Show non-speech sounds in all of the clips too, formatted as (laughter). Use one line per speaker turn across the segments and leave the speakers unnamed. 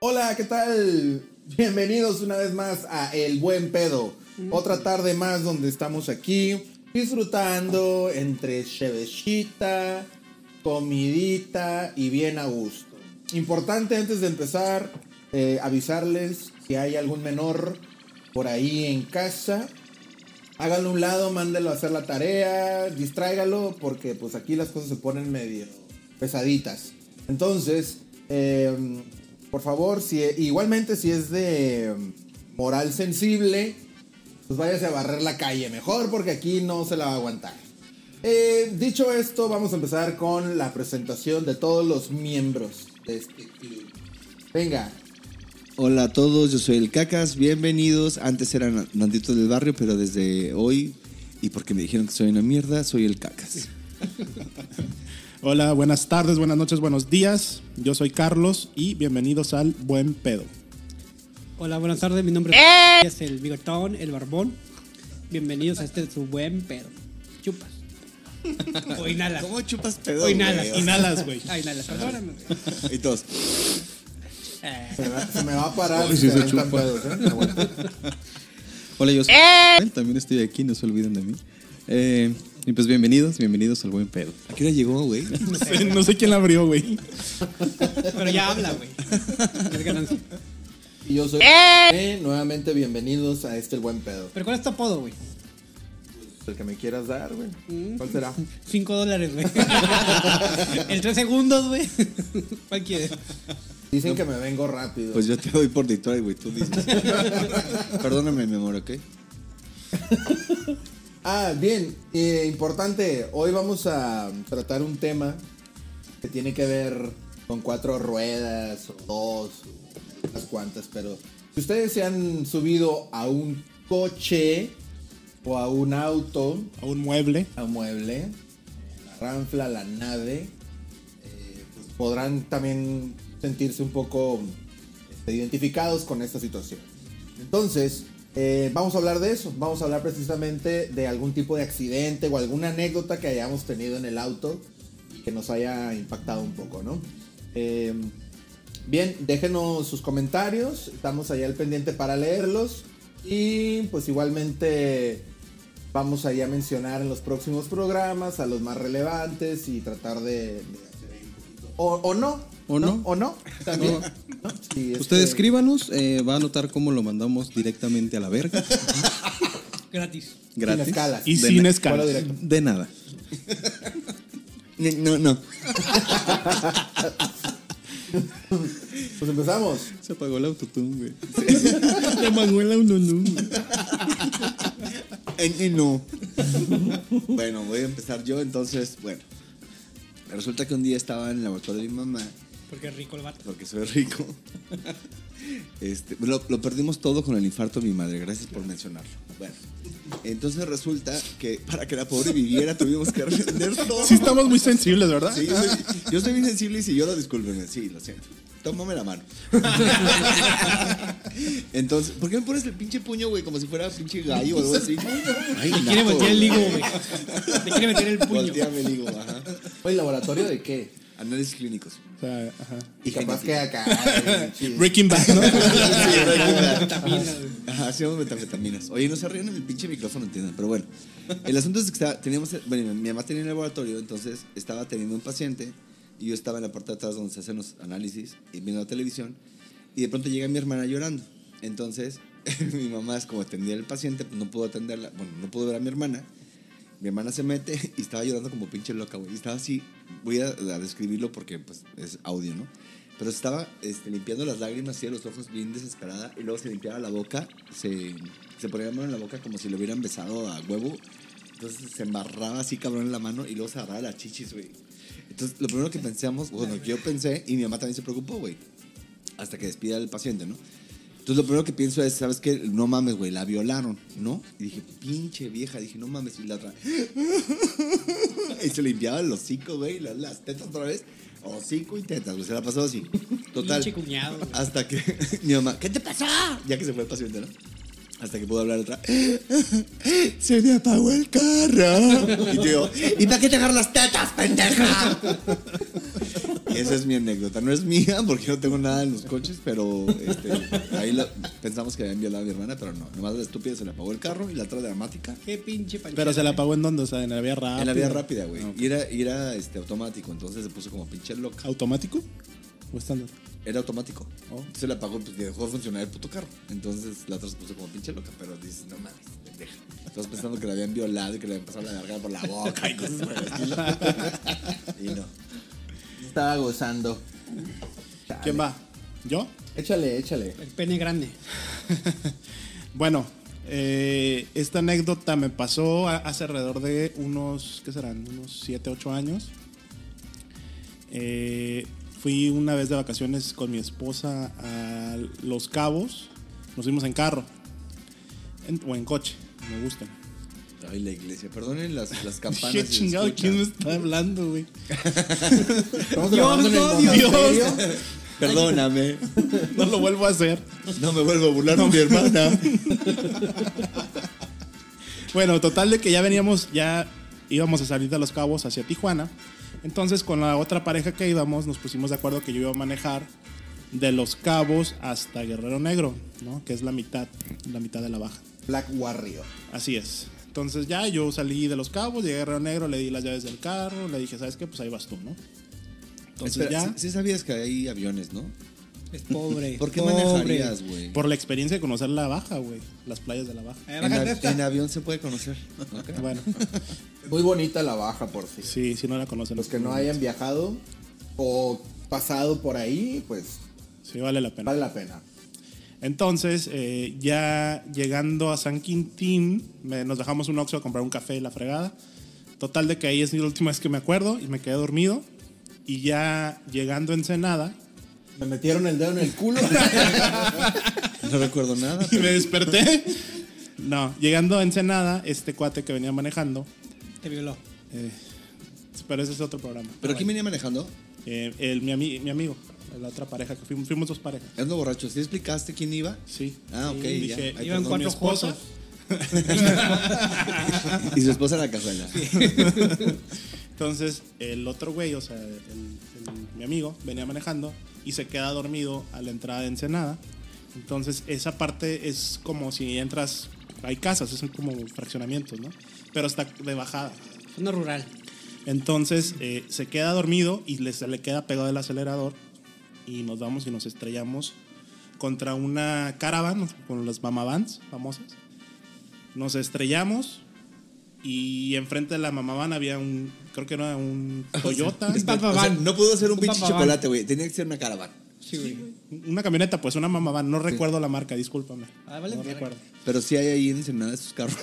Hola, ¿qué tal? Bienvenidos una vez más a El Buen Pedo. Otra tarde más donde estamos aquí disfrutando entre chevechita, comidita y bien a gusto. Importante antes de empezar eh, avisarles si hay algún menor por ahí en casa. Háganlo a un lado, mándelo a hacer la tarea, distráigalo, porque pues aquí las cosas se ponen medio pesaditas. Entonces, eh, por favor, si, e, igualmente si es de mm, moral sensible, pues váyase a barrer la calle mejor, porque aquí no se la va a aguantar. Eh, dicho esto, vamos a empezar con la presentación de todos los miembros de este club. Venga,
Hola a todos, yo soy el Cacas, bienvenidos. Antes eran Nanditos del Barrio, pero desde hoy, y porque me dijeron que soy una mierda, soy el Cacas.
Hola, buenas tardes, buenas noches, buenos días. Yo soy Carlos y bienvenidos al Buen Pedo.
Hola, buenas tardes. Mi nombre es el Bigotón, el Barbón. Bienvenidos a este su buen pedo. Chupas. (laughs) O inhalas.
¿Cómo chupas pedo?
O Oh, inhalas.
güey?
Inhalas, güey.
Ah, inhalas. Perdóname. güey.
Y todos.
Eh,
se, va- se me va a parar.
Uy, sí
se
se
ven tan
chupa.
pedos, ¿eh? Pero bueno.
Hola, yo soy.
¡Eh!
También estoy aquí, no se olviden de mí. Eh, y pues bienvenidos, bienvenidos al Buen Pedo. ¿A qué hora llegó, güey?
(laughs) No sé, no sé quién la abrió, güey.
Pero ya habla, güey. Es ganancia.
Y yo soy... Eh, nuevamente bienvenidos a este El Buen Pedo.
Pero ¿cuál es tu apodo, güey?
El que me quieras dar, güey. ¿Cuál será?
Cinco dólares, güey. (laughs) En tres segundos, güey. ¿Cuál quieres?
Dicen que me vengo rápido.
(laughs) Pues yo te doy por Detroit, güey, tú (laughs) dices. Perdóname, mi amor, ¿ok?
Ah, bien, eh, importante. Hoy vamos a tratar un tema que tiene que ver con cuatro ruedas o dos, o unas cuantas, pero si ustedes se han subido a un coche o a un auto,
A un mueble.
a un mueble, la ranfla, la nave, eh, pues podrán también sentirse un poco este, identificados con esta situación. Entonces, eh, vamos a hablar de eso, vamos a hablar precisamente de algún tipo de accidente o alguna anécdota que hayamos tenido en el auto y que nos haya impactado un poco, ¿no? Eh, bien, déjenos sus comentarios, estamos allá al pendiente para leerlos y pues igualmente vamos allá a mencionar en los próximos programas a los más relevantes y tratar de... de hacer ahí un poquito. O, o no.
¿O no?
¿O
(laughs)
no? También. ¿no? Sí, este-
Usted escríbanos, eh, va a notar cómo lo mandamos directamente a la verga.
Gratis.
Gratis.
Sin escalas.
Y
De
sin
na-
escalas.
Vuelo directo.
De nada. (laughs) No, no.
Pues empezamos.
Se apagó el autotune, (laughs) güey. Se apagó el autotune. no. Bueno, voy a empezar yo, entonces, bueno. Resulta que un día estaba en el laboratorio de mi mamá,
Porque es rico el vato.
porque soy rico. Este, lo, lo perdimos todo con el infarto de mi madre, gracias por mencionarlo. Bueno, entonces resulta que para que la pobre viviera tuvimos que (laughs) vender todo.
Sí estamos muy sensibles, ¿verdad?
Sí, yo soy, yo soy bien sensible y si yo lo discúlpenme, sí, lo siento. Tómame la
(laughs)
mano. Entonces, ¿por qué me pones el pinche puño, güey? Como si fuera pinche gallo o algo así. Ay,
Te quiere
naco,
meter el
güey.
higo, güey. Te quiere meter el puño.
Volteame el higo, ajá.
Oye, ¿laboratorio de qué?
Análisis clínicos.
O sea, ajá.
Y capaz que
genética.
acá. (laughs) eh, sí.
Breaking Bad, ¿no?
(laughs) Sí, breaking bad.
Vitaminas, güey.
Ajá, hacíamos metanfetaminas. Oye, no se rían en el pinche micrófono, entiendan. Pero bueno, el asunto es que estaba- teníamos. Bueno, mi mamá tenía un laboratorio, entonces estaba teniendo un paciente y yo estaba en la parte de atrás donde se hacen los análisis y viendo la televisión. Y de pronto llega mi hermana llorando. Entonces, (laughs) mi mamá es como atendía al paciente, pues no pudo atenderla. Bueno, no pudo ver a mi hermana. Mi hermana se mete y estaba llorando como pinche loca, güey. Y estaba así, voy a, a describirlo porque pues, es audio, ¿no? Pero estaba este, limpiando las lágrimas así de los ojos bien desesperada y luego se limpiaba la boca, se, se ponía la mano en la boca como si le hubieran besado a huevo. Entonces se embarraba así cabrón en la mano y luego se agarraba las chichis, güey. Entonces lo primero que pensamos, bueno, que yo pensé y mi mamá también se preocupó, güey. Hasta que despida al paciente, ¿no? Entonces lo primero que pienso es, ¿sabes qué? No mames, güey, la violaron, ¿no? Y dije, pinche vieja, dije, no mames, y la otra. (laughs) y se limpiaba el hocico, güey, las, las tetas otra vez. Hocico y tetas, güey, se la pasó así. Total.
Pinche cuñado, güey.
Hasta que (laughs) mi mamá, ¿qué te pasó? Ya que se fue el paciente, ¿no? Hasta que pudo hablar otra. Se me apagó el carro. Y yo, ¿y para qué te agarras las tetas, pendeja? Y Esa es mi anécdota. No es mía porque no tengo nada en los coches, pero este, ahí la- pensamos que habían violado a mi hermana, pero no. Nomás la estúpida se le apagó el carro y la otra dramática.
Qué pinche panchera.
Pero se la pagó en dónde? O sea, en la vía rápida.
En la vía rápida, güey.
Ok.
Y era, y era, este, automático, entonces se puso como pinche loca.
¿Automático? ¿O estándar?
Era automático.
Oh.
Entonces la apagó pues, y dejó de funcionar el puto carro. Entonces la otra se puso como pinche loca, pero dices, no mames, pendeja. Estás pensando que la habían violado y que le habían pasado la garganta por la boca y cosas por el (laughs) estilo. Y no.
Estaba gozando.
¿Quién va? ¿Yo?
Échale, échale.
El pene grande.
Bueno, eh, esta anécdota me pasó a- hace alrededor de unos, ¿qué serán? Unos 7, 8 años. Eh, fui una vez de vacaciones con mi esposa a Los Cabos. Nos fuimos en carro. En- o en coche, me gusta.
Ay, la iglesia. Perdonen las, (laughs) las campanas.
Dije,
si se
chingado,
escuchan.
¿quién me está hablando, güey?
Estamos
Dios,
grabando en el
no,
monasterio.
Perdóname.
No lo vuelvo a hacer.
No me vuelvo a burlar de mi hermana. (laughs)
Bueno, total de que ya veníamos, ya íbamos a salir de Los Cabos hacia Tijuana. Entonces, con la otra pareja que íbamos, nos pusimos de acuerdo que yo iba a manejar de Los Cabos hasta Guerrero Negro, ¿no? Que es la mitad, la mitad de la baja.
Black Warrior.
Así es. Entonces ya yo salí de Los Cabos, llegué a Guerrero Negro, le di las llaves del carro, le dije, ¿sabes qué? Pues ahí vas tú, ¿no? Entonces
Espera,
ya,
sí, sí sabías que hay aviones, ¿no?
Es pobre.
¿Por qué
pobre.
manejarías, güey?
por la experiencia de conocer la baja, güey, las playas de la baja.
A ver,
En,
Eh, bájate
av-
esta.
en avión se puede conocer.
Bueno,
Muy bonita la baja, por si.
sí, si no la conocen.
Los que no hayan viajado o pasado por ahí, pues
Sí, vale la pena.
vale la pena.
Entonces, eh, ya llegando a San Quintín, me- nos dejamos un Oxxo a comprar un café y la fregada. Total de que ahí es la última vez que me acuerdo y me quedé dormido. Y ya llegando a Ensenada, (laughs)
Me metieron el dedo en el
(laughs)
culo.
No recuerdo (laughs) nada.
y me desperté. No, llegando a Ensenada, este cuate que venía manejando,
Te violó.
eh, pero ese es otro programa. Ah,
¿Pero quién venía manejando?
Eh, el- mi, ami- mi amigo, la otra pareja que fuimos, fuimos dos parejas.
Ando borracho. ¿Sí explicaste quién iba?
Sí.
Ah, ok.
Y
ya.
dije,
Ay,
iban
perdón,
cuatro
mi esposa.
jotos.
Y su esposa la cazuela.
Entonces, el otro güey, o sea, el- el- mi amigo, venía manejando y se queda dormido a la entrada de Ensenada. Entonces, esa parte es como si entras, hay casas, son como fraccionamientos, ¿no? Pero está de bajada.
Zona rural.
Entonces, eh, se queda dormido y le, se le queda pegado el acelerador y nos vamos y nos estrellamos contra una caravan, con las mamavans famosas. Nos estrellamos y enfrente de la mamavan había un, creo que era
(laughs)
un Toyota.
Es papá
O sea,
van.
no pudo hacer un
Un
pinche
papá van.
chocolate, güey. Tenía que ser una caravana.
Sí, güey.
Una camioneta, pues una mamá van. No recuerdo la marca, discúlpame.
Ah, vale,
no
verga.
recuerdo.
Pero sí hay ahí en Ensenada esos
(laughs)
carros.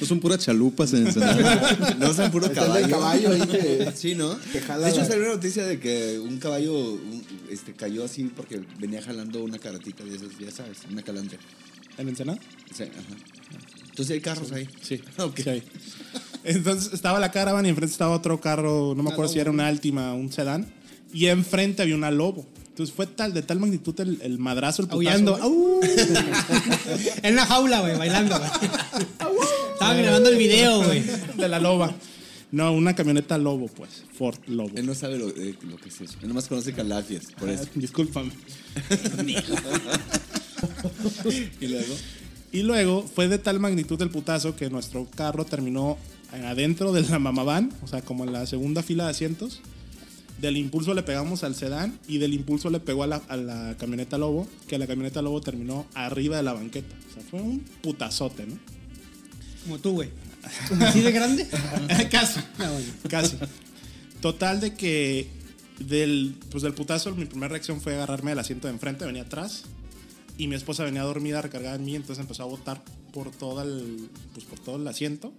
No son puras chalupas en Ensenada.
no usan puro
Está el del
caballo.
caballo ahí que-
Sí, ¿no?
que jala
de hecho,
la-
salió una noticia de que un caballo un- este, cayó así porque venía jalando una caratita de esas, ya sabes, una calandria.
¿En Ensenada?
O sea, ajá. Entonces hay carros ahí.
(laughs) Sí.
Ok.
sí. Entonces estaba la caravana y enfrente estaba otro carro, no me
Una
acuerdo si
Lobo.
era una Altima, un sedán. Y enfrente había una Lobo. Entonces fue tal, de tal magnitud el, el madrazo, el putazo.
Aullando.
Ah, güey.
¡Au! en la jaula, güey, bailando, güey. Estaban grabando el video, güey.
(laughs) De la loba. No, una camioneta lobo, pues. Ford Lobo.
Él no sabe lo, eh, lo que es eso. Él nomás conoce calafias, por eso.
(laughs) Discúlpame.
Y luego.
(laughs) Y luego fue de tal magnitud el putazo que nuestro carro terminó adentro de la mamaván, o sea, como en la segunda fila de asientos. Del impulso le pegamos al sedán y del impulso le pegó a la, a la camioneta Lobo, que la camioneta Lobo terminó arriba de la banqueta. O sea, fue un putazote, ¿no?
Como tú, güey. ¿Así de grande?
Casi.
No, Ah, bueno.
Casi. Total de que del, pues del putazo mi primera reacción fue agarrarme del asiento de enfrente, venía atrás y mi esposa venía dormida recargada en mí, entonces empezó a botar por todo el, pues por todo el asiento.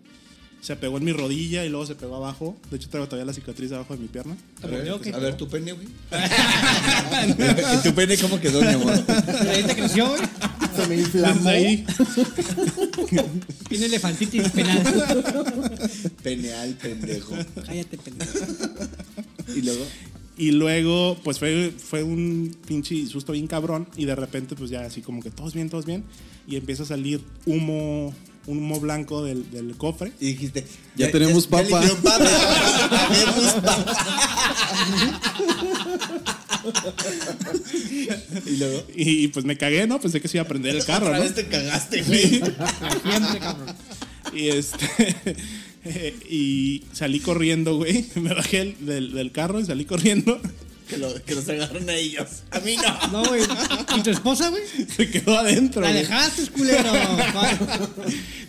Se pegó en mi rodilla y luego se pegó abajo. De hecho, traigo todavía la cicatriz abajo de mi pierna.
¿Te mordió o qué?
A ver, tu pene, (laughs) güey. ¿Y tu pene cómo quedó, mi amor?
¿Pero ahí te creció, güey?
Se me
Entonces
inflamó.
ahí,
Tiene elefantitis penal.
Peneal, pendejo.
Cállate, pendejo.
Y luego.
y luego, pues fue, fue un pinche susto bien cabrón. Y de repente, pues ya así como que todos bien, todos bien. Y empieza a salir humo humo blanco del, del cofre.
Y dijiste,
Ya tenemos papa".
limpió papa. tenemos papa. y luego,
Y, pues me cagué, ¿no? Pensé que se iba a prender el carro,
otra
¿no? (laughs)
vez te cagaste, güey.
Siempre, cabrón.
Y este. (laughs) eh, y salí corriendo, güey. (laughs) Me bajé el- del, del carro y salí corriendo. (laughs)
que, lo- que los agarraron a ellos. A mí no.
No, güey. ¿Y tu esposa, güey?
Se quedó adentro.
La
güey.
dejaste, culero.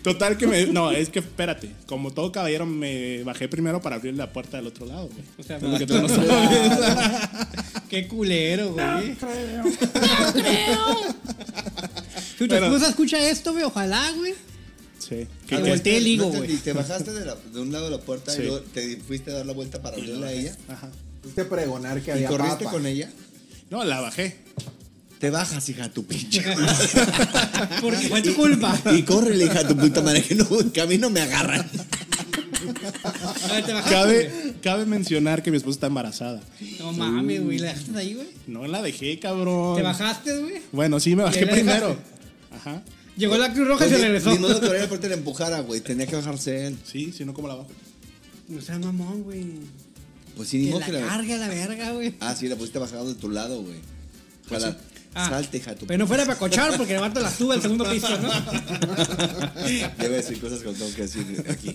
Total que me. No, es que espérate. Como todo caballero, me bajé primero para abrir la puerta del otro lado, güey.
O sea,
Es lo que
(laughs)
tú no sabes. (laughs)
Qué culero, güey. No creo. Si tu esposa escucha esto, güey, ojalá, güey.
Sí.
Que
¿Qué- qué-
volteé el higo,
No te-
güey.
y te bajaste de, la- de un lado de la puerta
Sí.
y luego te fuiste a dar la vuelta para abrirla a ella.
Ajá.
Fuiste a pregonar que
Y
había
corriste
papa.
con ella.
No, la bajé.
Te bajas, hija de tu pinche.
Porque fue tu culpa.
Y córrele, hija de tu puta madre, que, no, que a mí no me (laughs) agarran.
A ver, te bajaste, güey.
Cabe, cabe mencionar que mi esposa está embarazada.
No mames, güey. ¿La dejaste ahí, güey?
No la dejé, cabrón.
Te bajaste, güey.
Bueno, sí, me bajé
Y ahí la
primero.
dejaste.
Ajá.
Llegó la Cruz Roja y se
Oye,
regresó.
Ni modo que abrir la puerta y la empujara, güey. Tenía que bajarse él.
Sí, si no, ¿cómo la bajo?
No sea mamón, güey.
Pues sí, ni
Que
modo
la
que la.
carga la verga, güey.
Ah, sí, la pusiste bajada de tu lado, güey. Jala.
Ah,
Salte, hija de tu
Pero no fuera para cochar porque el vato la sube al segundo piso, ¿no?
(laughs) Debe decir cosas que no tengo que decir aquí.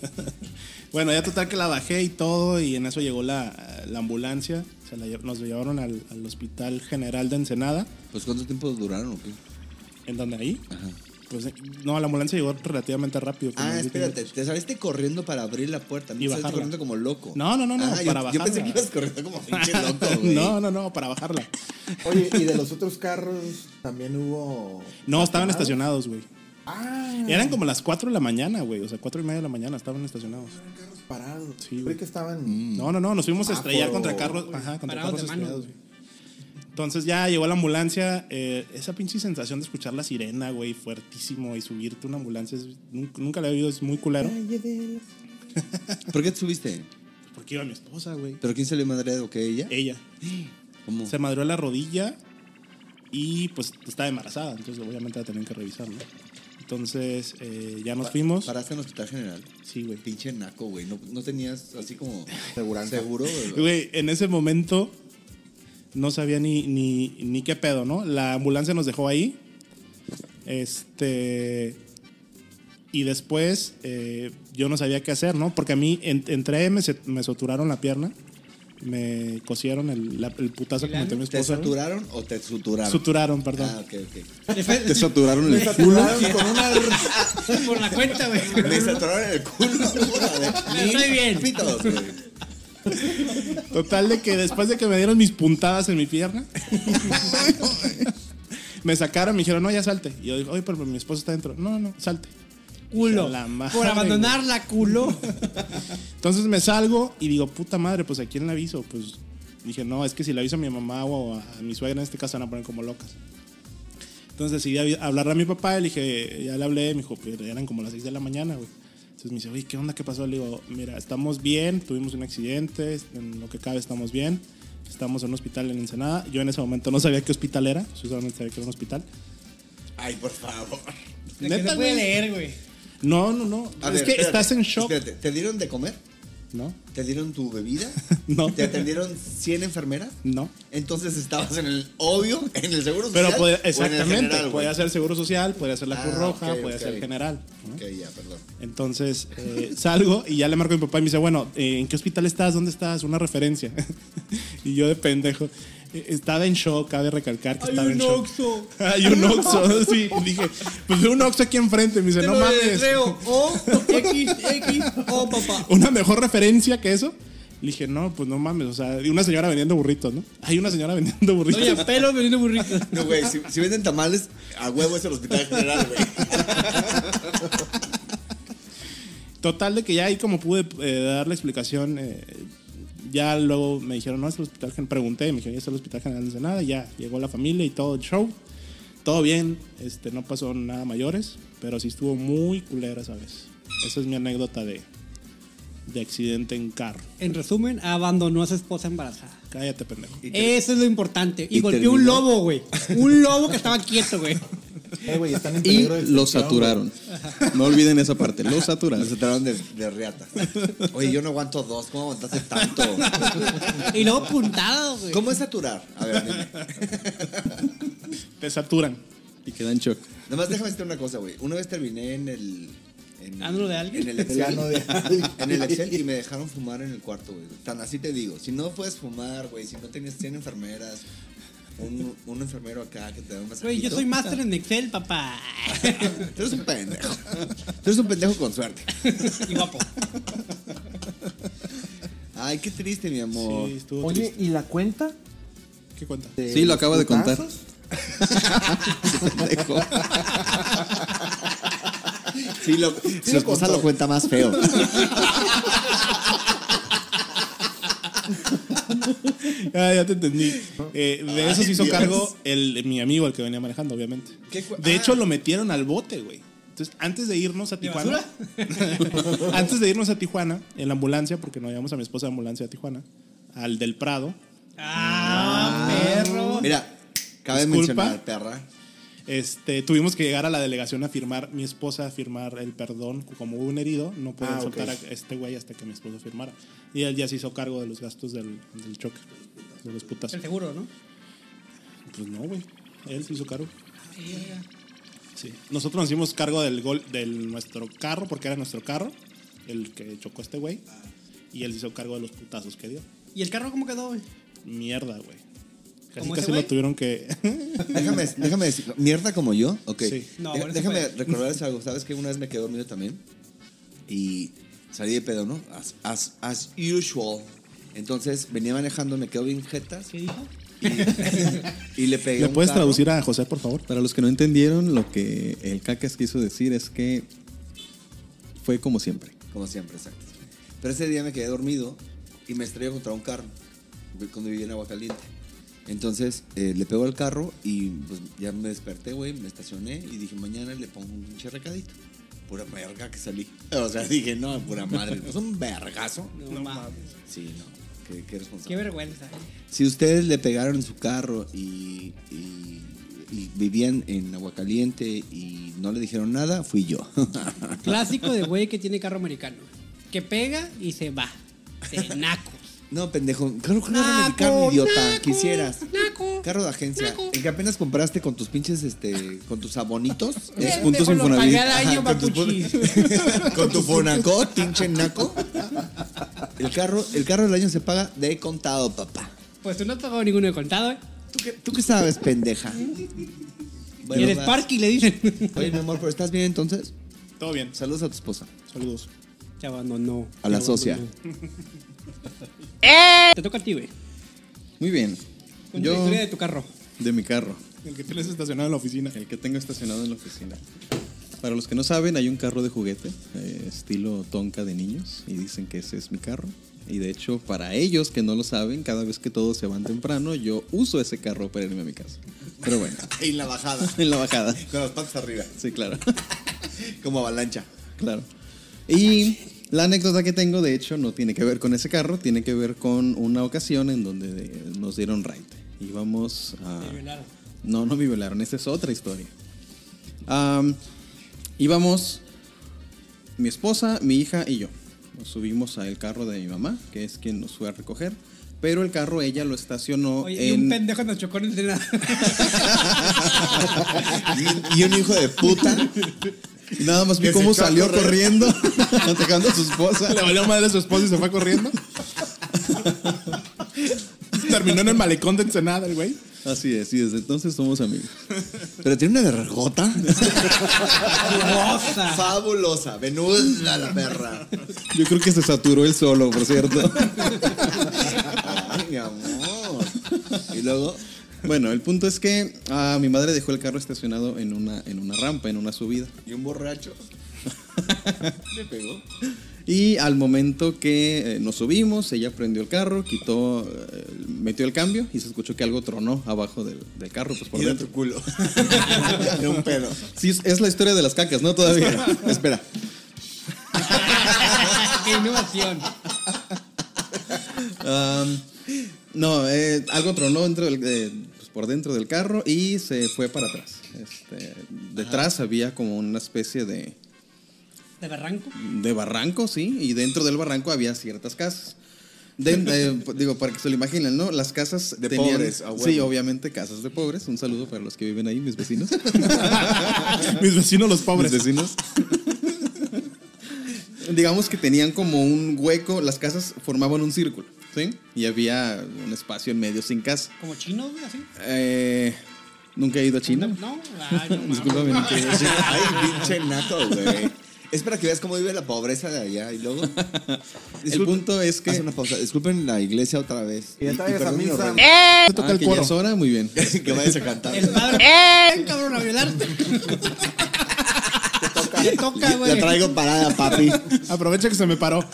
Bueno, ya total que la bajé y todo, y en eso llegó la, la ambulancia. Se la lle- nos llevaron al, al Hospital General de Ensenada,
Pues cuánto tiempo duraron o qué?
en donde ahí. Pues eh, no, la ambulancia llegó relativamente rápido. como
Ah,
diez
espérate,
minutos.
te saliste corriendo para abrir la puerta, no
Y
te saliste
bajarla.
corriendo como loco.
No, no, no, no,
Ah, yo-
para
yo,
bajarla.
pensé que ibas corriendo
(laughs)
como pinche loco, güey.
no, no, no, para bajarla.
Oye, y de los otros carros también hubo.
No, estaban estacionados, güey.
Ah,
Eran como las 4 de la mañana, güey. O sea, 4 y media de la mañana estaban estacionados.
parados.
Sí, güey.
Creí que estaban.
No, no, no, nos fuimos a
Ah,
estrellar
por-
contra carros, ajá, contra
Parados
carros
de mano,
estrellados, güey. Entonces ya llegó la ambulancia, eh, esa pinche sensación de escuchar la sirena, güey, fuertísimo y subirte a una ambulancia, es- nunca, nunca la he oído, es muy culero.
Calle de las-
¿Por qué te subiste?
Porque iba mi esposa, güey.
¿Pero quién salió madreado que ella?
Ella.
¿Cómo?
Eh, Se madrió la rodilla y pues estaba embarazada, entonces obviamente la tenían que revisar, ¿no? Entonces eh, ya nos fuimos.
Paraste en el hospital general.
Sí, güey.
Pinche naco, güey. No, no tenías así como.
Seguranza.
(laughs)
Seguro, güey.
Güey, en ese momento no sabía ni, ni, ni qué pedo, ¿no? La ambulancia nos dejó ahí. Este. Y después eh, yo no sabía qué hacer, ¿no? Porque a mí en- entré, me, se- me soturaron la pierna, me cosieron el, la- el putazo que me metió mi
¿Te
esposa. güey.
saturaron o te suturaron?
Suturaron, perdón.
Ah, ok, ok.
Te saturaron el culo.
Saturaron con una.
(laughs)
Por la cuenta, güey.
Me saturaron el culo. (laughs) joder.
Estoy bien.
Pitos, güey.
Total de que después de que me dieron mis puntadas en
(laughs)
mi pierna, (laughs) me sacaron, me dijeron, no, ya salte. Y yo dije, oye, pero mi esposa está dentro. No, no, salte.
Culo.
La madre,
Por abandonar la culo.
Entonces me salgo y digo, puta madre, pues a quién le aviso. Pues dije, no, es que si le aviso a mi mamá o a, a mi suegra en este caso, se van a poner como locas. Entonces decidí avi- hablarle a mi papá, le dije, ya le hablé, me dijo, pero eran como las 6 de la mañana, güey. Entonces me dice, oye, ¿qué onda? ¿Qué pasó? Le digo, mira, estamos bien, tuvimos un accidente, en lo que cabe estamos bien, estamos en un hospital en Ensenada. Yo en ese momento no sabía qué hospital era, yo solamente sabía que era un hospital.
Ay, por favor.
De que
Neta,
no puede
güey.
leer, güey.
No, no, no.
A
es
ver,
que
espérate,
estás en shock,
Espérate, ¿te dieron de comer?
¿no?
¿Te dieron tu
(laughs)
bebida?
No.
¿Te atendieron 100 enfermeras?
No.
Entonces estabas en el obvio, en el seguro social.
Pero podía-
o en el
exactamente,
general, güey.
podía ser Seguro Social, podía ser la
Ah,
Cruz Roja,
ok,
podía
ok.
ser General. ¿no?
Ok, ya, perdón. (laughs)
Entonces eh, salgo y ya le marco a mi papá y me dice, bueno, eh, ¿en qué hospital estás? ¿Dónde estás? Una referencia. (laughs) y yo de pendejo. eh, Estaba en shock, cabe recalcar que estaba en shock.
Oxxo.
(laughs) Hay un
(laughs)
Oxxo, sí. Dije, pues veo un Oxxo aquí enfrente. Me dice,
Te
no
lo
mames.
deseo. O, X, X, O, papá.
¿Una mejor referencia que eso? Le dije, no, pues no mames. O sea, y una señora vendiendo burritos, ¿no? Hay una señora vendiendo burritos.
Oye, pelo veniendo burrito.
No, güey, si, si venden tamales, a huevo es el hospital general, güey.
Total de que ya ahí como pude eh, dar la explicación, eh, ya luego me dijeron, no, es el hospital general, pregunté, me dijeron, ya es el hospital general de Ensenada, ya llegó la familia y todo el show, todo bien, este, no pasó nada mayores, pero sí estuvo muy culera esa vez. Esa es mi anécdota de, de accidente en carro.
En resumen, abandonó a su esposa embarazada.
Cállate, pendejo.
Eso es lo importante. Y,
y
golpeó un
terminó.
lobo, güey. Un lobo que estaba quieto, güey.
Eh, güey, están en
Y
peligro de
lo
extinción,
saturaron. (laughs) No olviden esa parte, lo
Me
saturaron.
trataron de, de riata. Oye, yo no aguanto dos. ¿Cómo aguantaste tanto?
Y luego puntado, güey.
¿Cómo es saturar? A ver, dime.
Te saturan.
Y quedan shock.
Nomás déjame decirte una cosa, güey. Una vez terminé en el. En,
¿Ano de alguien?
En el
güey. El
Excel.
ano de alguien.
En el Excel y me dejaron fumar en el cuarto, güey. Tan así te digo. Si no puedes fumar, güey. Si no tienes 100 enfermeras. Un, un enfermero acá que te da un masajito.
Güey, yo soy máster en Excel, papá.
Tú eres un pendejo. Tú eres un pendejo con suerte.
Y guapo.
Ay, qué triste, mi amor.
Sí, estuvo
Oye,
triste.
¿y la cuenta?
¿Qué cuenta?
de
Sí, lo
los
acaba de contar.
putazos?
Pendejo.
Sí, lo, su esposa lo cuenta más feo.
Ah, ya te entendí. Eh, de eso se hizo
Dios.
cargo el, mi amigo, el que venía manejando, obviamente.
¿Qué cu-
De
ah.
hecho, lo metieron al bote, güey. Entonces, antes de irnos a
¿De
Tijuana. (laughs) antes de irnos a Tijuana, en la ambulancia, porque nos llevamos a mi esposa de ambulancia a Tijuana, al del Prado.
Ah, perro.
Mira, cabe
Disculpa.
mencionar, perra.
Este, tuvimos que llegar a la delegación a firmar, mi esposa a firmar el perdón, como hubo un herido, no pueden
Ah, ok.
soltar a este güey hasta que mi esposo firmara. Y él ya se hizo cargo de los gastos del, del choque, de los putas.
El seguro, ¿no?
Pues no, güey, él se hizo cargo. Sí. Nosotros nos hicimos cargo del gol de nuestro carro, porque era nuestro carro, el que chocó a este güey, y él se hizo cargo de los putazos que dio.
¿Y el carro cómo quedó, güey?
Mierda, güey. Casi
¿Cómo ese
casi lo
güey?
tuvieron
(laughs)
que.
Déjame, déjame decir, ¿mierda como yo? Ok.
Sí.
No,
Deja-
bueno, eso
déjame
fue-
recordarles algo. ¿Sabes que Una vez me quedé dormido también. Y salí de pedo, ¿no? As, as, as usual. Entonces venía manejando, me quedo bien jetas
¿Qué dijo?
y (laughs) le pegué. a
¿Le
un
puedes
carro.
traducir a José, por favor?
Para los que no entendieron, lo que el cacas quiso decir es que fue como siempre.
Como siempre, exacto. Pero ese día me quedé dormido y me estrellé contra un carro güey, cuando vivía en agua caliente. Entonces eh, le pego al carro y pues, ya me desperté, güey, me estacioné y dije, mañana le pongo un pinche recadito. Pura verga que salí. (laughs) O sea, dije, no, pura madre. Es un vergazo.
No, mames.
Sí, no. Qué, qué responsable.
Qué vergüenza.
Si ustedes le pegaron en su carro y, y- y vivían en Aguacaliente y no le dijeron nada, fui yo. (laughs)
Clásico de güey que tiene carro americano. Que pega y se va. De nacos.
no, pendejo. Carro, (laughs) carro
Naco,
americano, idiota.
naco,
Quisieras.
naco,
Carro de agencia.
naco.
El que apenas compraste con tus pinches, este, con tus
(laughs)
abonitos.
Es
Pendejo,
puntos
lo
Infonavit.
pagué al año,
Ajá, con,
papuchi.
tu, (laughs) con tu Fonacot, pinche naco. El carro, el carro del año se paga de contado, papá.
Pues tú no has pagado ninguno de contado, ¿eh?
¿Tú qué, tú qué sabes, pendeja? Bueno,
y eres
vas.
parque y le dicen.
(laughs) Oye, mi amor, pero ¿estás bien entonces?
Todo bien.
Saludos a tu esposa.
Saludos.
Te abandonó.
A la
Te
socia.
abandonó. Te toca a ti, güey.
Muy bien.
Cuenta la
Yo
historia de tu carro.
de mi carro,
El que tienes estacionado en la oficina.
el que tengo estacionado en la oficina. Para los que no saben, hay un carro de juguete, eh, estilo tonka de niños, y dicen que ese es mi carro. Y de hecho, para ellos que no lo saben, cada vez que todos se van temprano, yo uso ese carro para irme a mi casa. Pero bueno, (laughs)
Y la bajada.
en la bajada.
Con las patas arriba.
Sí, claro. (laughs)
Como avalancha.
Claro. Y la anécdota que tengo, de hecho, no tiene que ver con ese carro, tiene que ver con una ocasión en donde de- nos dieron ride. Íbamos
Ah.
a...
Te violaron.
No, no me violaron, esa es otra historia. Am, íbamos mi esposa, mi hija y yo. Nos subimos al carro de mi mamá, que es quien nos fue a recoger. Pero el carro ella lo estacionó
Oye, y
en...
un pendejo nos chocó en el Senado. (laughs)
(laughs)
Y un hijo de puta.
y nada más vi
que se
cómo
echó a
salió
correr. (laughs)
corriendo, (laughs) atacando a su esposa.
(laughs) Le valió madre a su esposo y se fue corriendo. (laughs) Terminó en el malecón de Ensenada, el güey.
Así es, y desde entonces somos amigos.
Pero tiene una vergota.
Fabulosa.
Fabulosa. Venuda la perra.
Yo creo que se saturó el solo, por cierto.
Ay, mi amor. Y luego.
Bueno, el punto es que ah, mi madre dejó el carro estacionado en una, en una rampa, en una subida.
Y un borracho. (laughs) Le pegó.
Y al momento que eh, nos subimos, ella prendió el carro, quitó, eh, metió el cambio y se escuchó que algo tronó abajo del, del carro, pues por
Y era
dentro.
tu culo. (laughs) De un pedo.
Sí, es- es la historia de las cacas, ¿no? Todavía. (laughs)
Espera.
Qué innovación.
Um, no, eh, algo tronó dentro del, de- pues,
por dentro del carro y se fue para atrás. Este, detrás había como una especie de,
¿De barranco?
de barranco, sí, y dentro del barranco había ciertas casas.
(laughs)
De- de- digo, para que se lo imaginen, ¿no? Las casas
De pobres, a huevo.
Sí, obviamente casas de pobres. Un saludo para los que viven ahí,
(laughs)
mis vecinos.
Mis vecinos los pobres.
Mis vecinos. Digamos que tenían como un hueco, las casas formaban un círculo, ¿sí? Y había un espacio en medio sin casa.
¿Como chino, güey, así?
Eh, Nunca he ido a China.
No, ay, no mames.
Discúlpame, nunca he ido a China.
(laughs) Ay, pinche naco, güey. Es para que veas cómo vive la pobreza de allá y luego.
El punto es que.
Haz una pausa. Disculpen la iglesia otra vez.
Y ya traigas a
perdón mi
misa.
ignorancia.
Ah, que ya es hora, muy bien.
que vayas a cantar.
El padre. ¡Eh! Cabrón, a violarte. Te toca,
La
güey.
traigo parada, papi.
Aprovecha que se me paró.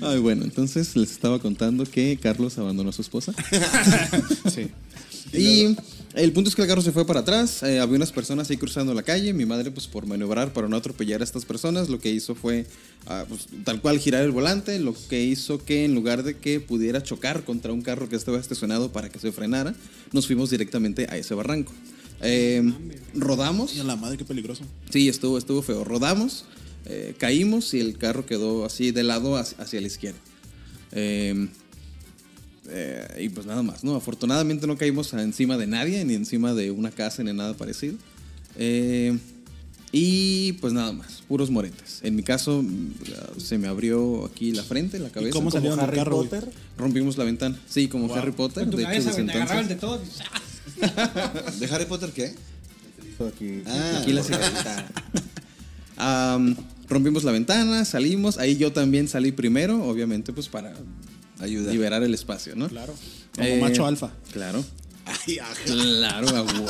Ay, bueno, entonces les estaba contando que Carlos abandonó a su esposa.
Sí.
Y el punto es que el carro se fue para atrás, eh, había unas personas ahí cruzando la calle, mi madre pues por maniobrar para no atropellar a estas personas, lo que hizo fue ah, pues, tal cual girar el volante, lo que hizo que en lugar de que pudiera chocar contra un carro que estaba estacionado para que se frenara, nos fuimos directamente a ese barranco. Eh, rodamos.
Y a la madre, qué peligroso.
Sí, estuvo, estuvo feo. Rodamos, eh, caímos y el carro quedó así de lado hacia, hacia la izquierda. Eh, eh, y pues nada más, ¿no? Afortunadamente no caímos a- encima de nadie, ni encima de una casa, ni nada parecido. Eh, y pues nada más, puros moretes. En mi caso, mm, se me abrió aquí la frente, la cabeza.
cómo
Como
Salieron del
Harry
carro, güey.
Potter.
Rompimos la ventana. Sí, como Harry Potter.
Con tu
De hecho,
cabeza,
desde
güey, te agarraban de
entonces.
todo. "Ah,
¿De Harry Potter qué?
Aquí.
Ah,
Aquí la
señorita.
Am, rompimos la ventana, salimos. Ahí yo también salí primero, obviamente, pues para
Ayuda.
liberar el espacio, ¿no?
Claro. Como
Eh,
macho alfa.
Claro.
Ay, ajá.
Claro, a huevo.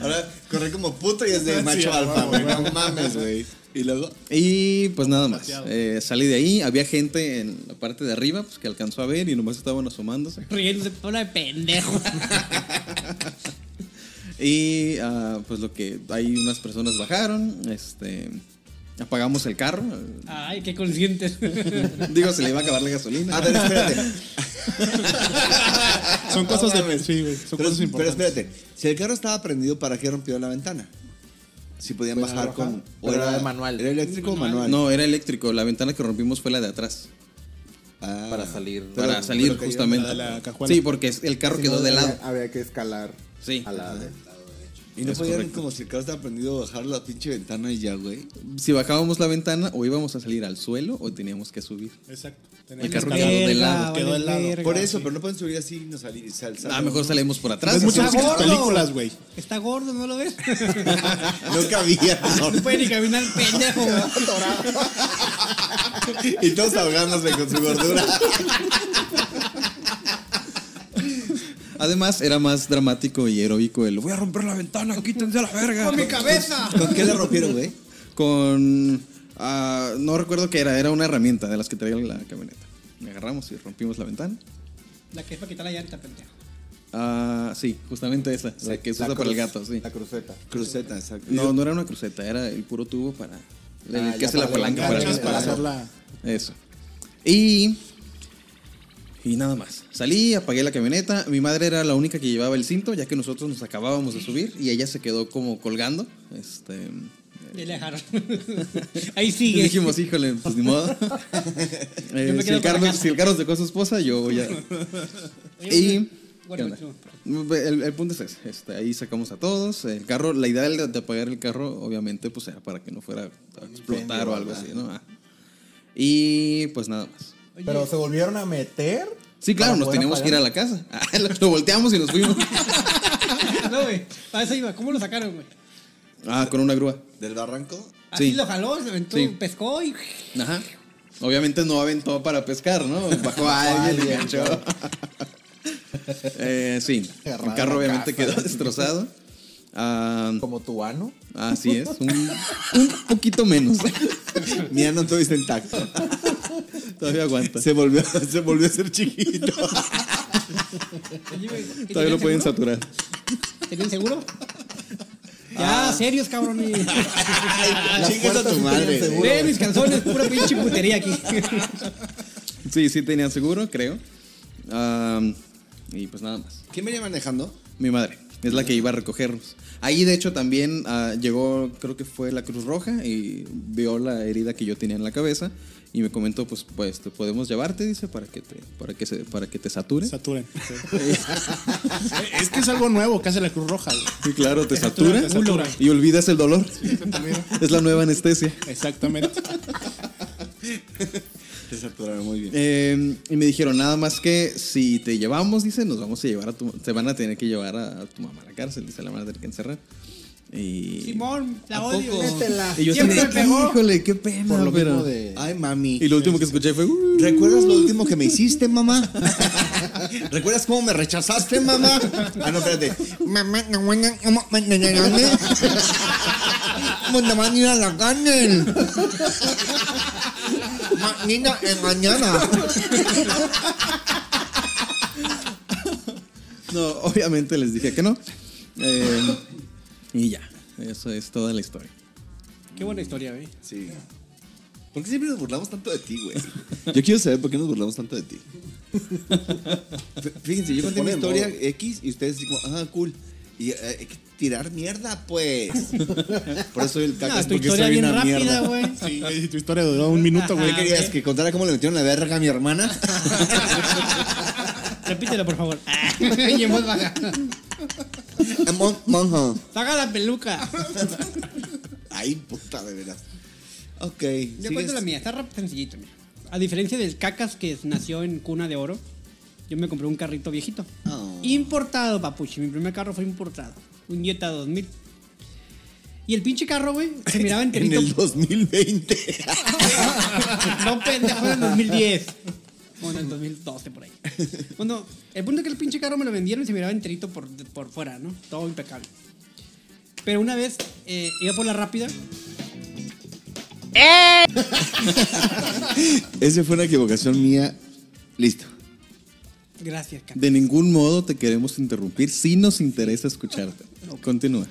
Ahora corre como puto y es de macho alfa, güey. No mames, güey. Y luego.
Y pues nada más. Eh, salí de ahí. Había gente en la parte de arriba pues, que alcanzó a ver y nomás estaban asomándose.
Riéndose por de pendejo.
Y ah, pues lo que. Ahí unas personas bajaron. Este. Apagamos el carro. eh,
Ay, qué conscientes.
Digo, se le iba a acabar la gasolina.
A ver, espérate.
Son cosas
No
de.
mames.
Sí, güey. Son
Pero,
cosas
pero
importantes.
espérate, si el carro estaba prendido, ¿para qué rompió la ventana? Si podían bajar
bajar,
con.
pero era manual.
¿Era eléctrico o manual?
No, era eléctrico. La ventana que rompimos fue la de atrás.
Ah.
Para salir.
Pero-
para salir
pero cayó
justamente.
la de la cajuela.
Sí, porque es- el carro
Si no,
quedó de
había-
lado.
Había que escalar.
Sí.
A la de.
Y no
Es
podían,
correcto.
como si el carro estaba prendido, bajar la pinche ventana y ya, güey.
Si bajábamos la ventana, o íbamos a salir al suelo o teníamos que subir.
Exacto.
El
Tenemos
carro
que-
quedó de
verga,
lado.
vale
quedó de lado.
verga.
Por eso,
Sí.
pero no pueden subir así y no salir. sal- sal-
A lo mejor salimos por atrás.
Ves Pues muchas
Está gordo.
películas, güey.
Está gordo, ¿no lo
(laughs)
ves?
No cabía.
No puede ni caminar, pendejo.
y todos ahogándose con su gordura.
Además, era más dramático y heroico el voy a romper la ventana, quítense a la verga.
¡Con mi cabeza!
¿Con qué la rompieron, güey?
Con. ah, no recuerdo qué era, era una herramienta de las que traía la camioneta. Me agarramos y rompimos la ventana.
La que es para quitar la llanta, pendejo.
Ah, sí, justamente esa, la, que se usa para el
cruz-
gato, sí.
La cruceta.
Cruceta, exacto.
No, no era una cruceta, era el puro tubo para. El
Ah,
que
ya
hace la
para
palanca para,
levantar,
Ganchos
ya
para
disparar.
para-
hacerla.
Eso. Y. Y nada más. Salí, apagué la camioneta. Mi madre era la única que llevaba el cinto, ya que nosotros nos acabábamos de subir y ella se quedó como colgando. Este. (laughs)
Y le dejaron. Ahí
y (laughs)
sigue.
dijimos, híjole, pues ni
(laughs)
modo. (laughs) Eh,
Yo me
si,
quedo
el
por acá.
Carlos, si el Carlos dejó a su esposa, yo
(laughs)
voy a.
Oye,
y.
bueno,
¿qué onda? El, el punto es ese. Este, ahí sacamos a todos. El carro, la idea de, de apagar el carro, obviamente, pues era para que no fuera a explotar o algo así, ¿no? Ah. Y pues nada más.
oye,
Pero se volvieron a meter.
Sí, claro,
para
nos
poder
teníamos que ir a
apagar.
la casa. (laughs) Ah, lo volteamos y nos fuimos.
(laughs) No, güey. Para eso iba. ¿Cómo lo sacaron, güey?
Ah, con una grúa.
¿Del barranco?
Así
Sí.
lo jaló, se aventó,
Sí.
pescó y. (laughs)
Ajá. Obviamente no aventó para pescar, ¿no? Bajó a alguien y enganchó. Eh, sí, el
Cerrada
carro
la
obviamente
casa.
quedó destrozado. Ah,
Como tu ano.
así es, un, un poquito menos.
Mira, no tuviste intacto.
(laughs) Todavía aguanta.
(laughs)
Se volvió, se volvió a ser chiquito.
Oye, güey, ¿y
Todavía lo
tenían
pueden
seguro?
saturar.
¿Tenían seguro? Ya, serios, cabrón. y-
La chingas a
puerta
tu
sí
madre.
tenía seguro.
Ve mis calzones, pura pinche putería aquí.
Sí, sí tenía seguro, creo. Am, y pues nada más.
¿Quién venía manejando?
Mi madre es la que iba a recogernos. Ahí, de hecho, también ah, llegó, creo que fue la Cruz Roja y vio la herida que yo tenía en la cabeza y me comentó, pues, pues te podemos llevarte, dice, para que te, para que se, para que te sature.
Saturen. es que es algo nuevo que hace la Cruz Roja. güey.
Sí, claro, te
Te satura,
satura,
te satura.
y olvidas el dolor. es la nueva anestesia.
Exactamente.
Te saturaron muy bien.
Eh, y me dijeron, nada más que si te llevamos, dice, nos vamos a llevar a tu... Te van a tener que llevar a, a tu mamá a la cárcel, dice, la van a tener que encerrar. Y...
Simón, la
¿A
odio.
poco?
Métela.
Y yo
Siempre
así de,
me pegó.
Híjole, qué pena,
Por lo
pero...
mismo de.
Ay, mami.
Y lo último que escuché fue... "Uh".
¿Recuerdas lo último que me hiciste, mamá? (laughs) ¿Recuerdas cómo me rechazaste, mamá? Ah, no, espérate. Mamá, no, bueno, ¿cómo me negaste? ¿Cómo te van a ir a la cárcel? Ma- Nina, en mañana.
No, obviamente les dije que no. Eh, y ya, eso es toda la historia.
Qué buena historia, güey.
Sí. ¿Por qué siempre nos burlamos tanto de ti, güey? Yo quiero saber por qué nos burlamos tanto de ti. F- Fíjense, yo conté mi
pone de
historia X y ustedes digo, ah, cool. Y eh, hay que tirar mierda, pues. Por eso el
No,
cacas,
tu
porque
historia
soy
bien
una
rápida,
mierda.
güey. Ah,
Sí, y tu historia duró un minuto, güey.
¿Qué querías?
ok.
¿Que contara cómo le metieron la verga a mi (laughs) hermana?
Repítelo, por favor. (laughs) Y en voz baja.
Mon- Monja.
Saca la peluca.
Ay, puta, de veras. Ok.
Yo
¿sigues?
cuento la mía, está rap sencillito. mira. A diferencia del cacas que nació en cuna de oro, yo me compré un carrito viejito.
Oh.
Importado, papuchi. Mi primer carro fue importado. Un Jetta 2000. Y el pinche carro, güey, se
(laughs)
miraba
En
enterito.
el 2020.
(laughs) No, pendejo, en
(laughs)
el 2010. Bueno, en el 2012 por ahí. Bueno, el punto es que el pinche carro me lo vendieron y se miraba enterito por, por fuera, ¿no? Todo impecable. Pero una vez eh, iba por la rápida.
Esa fue una equivocación mía. Listo.
Gracias, cacas.
De ningún modo te queremos interrumpir, si nos interesa escucharte. Continúa.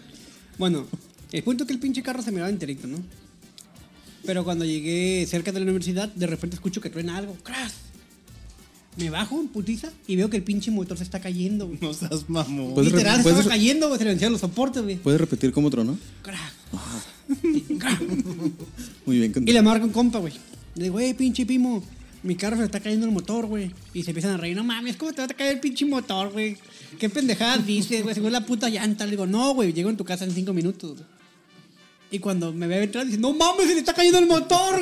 Bueno, el punto es que el pinche carro se miraba enterito, ¿no? Pero cuando llegué cerca de la universidad, de repente escucho que truena algo. ¡Crash! Me bajo en putiza y veo que el pinche motor se está cayendo, güey.
No seas
Pues-
mamón.
¿Puedes
Literal,
re-
se estaba
puedes-
cayendo, güey. Se le vencían los soportes, güey.
¿Puedes repetir cómo tronó?
¡Crash!
Muy bien,
Y
continúa.
le marco un compa, güey. Le digo, hey, pinche Pimo, mi carro se está cayendo el motor, güey. Y se empiezan a reír, no mames, ¿cómo te va a caer el pinche motor, güey? ¿Qué pendejadas dices, güey? Se fue la puta llanta. Le digo, no, güey, llego en tu casa en cinco minutos, güey. Y cuando me ve entrar, dice, no mames, se le está cayendo el motor,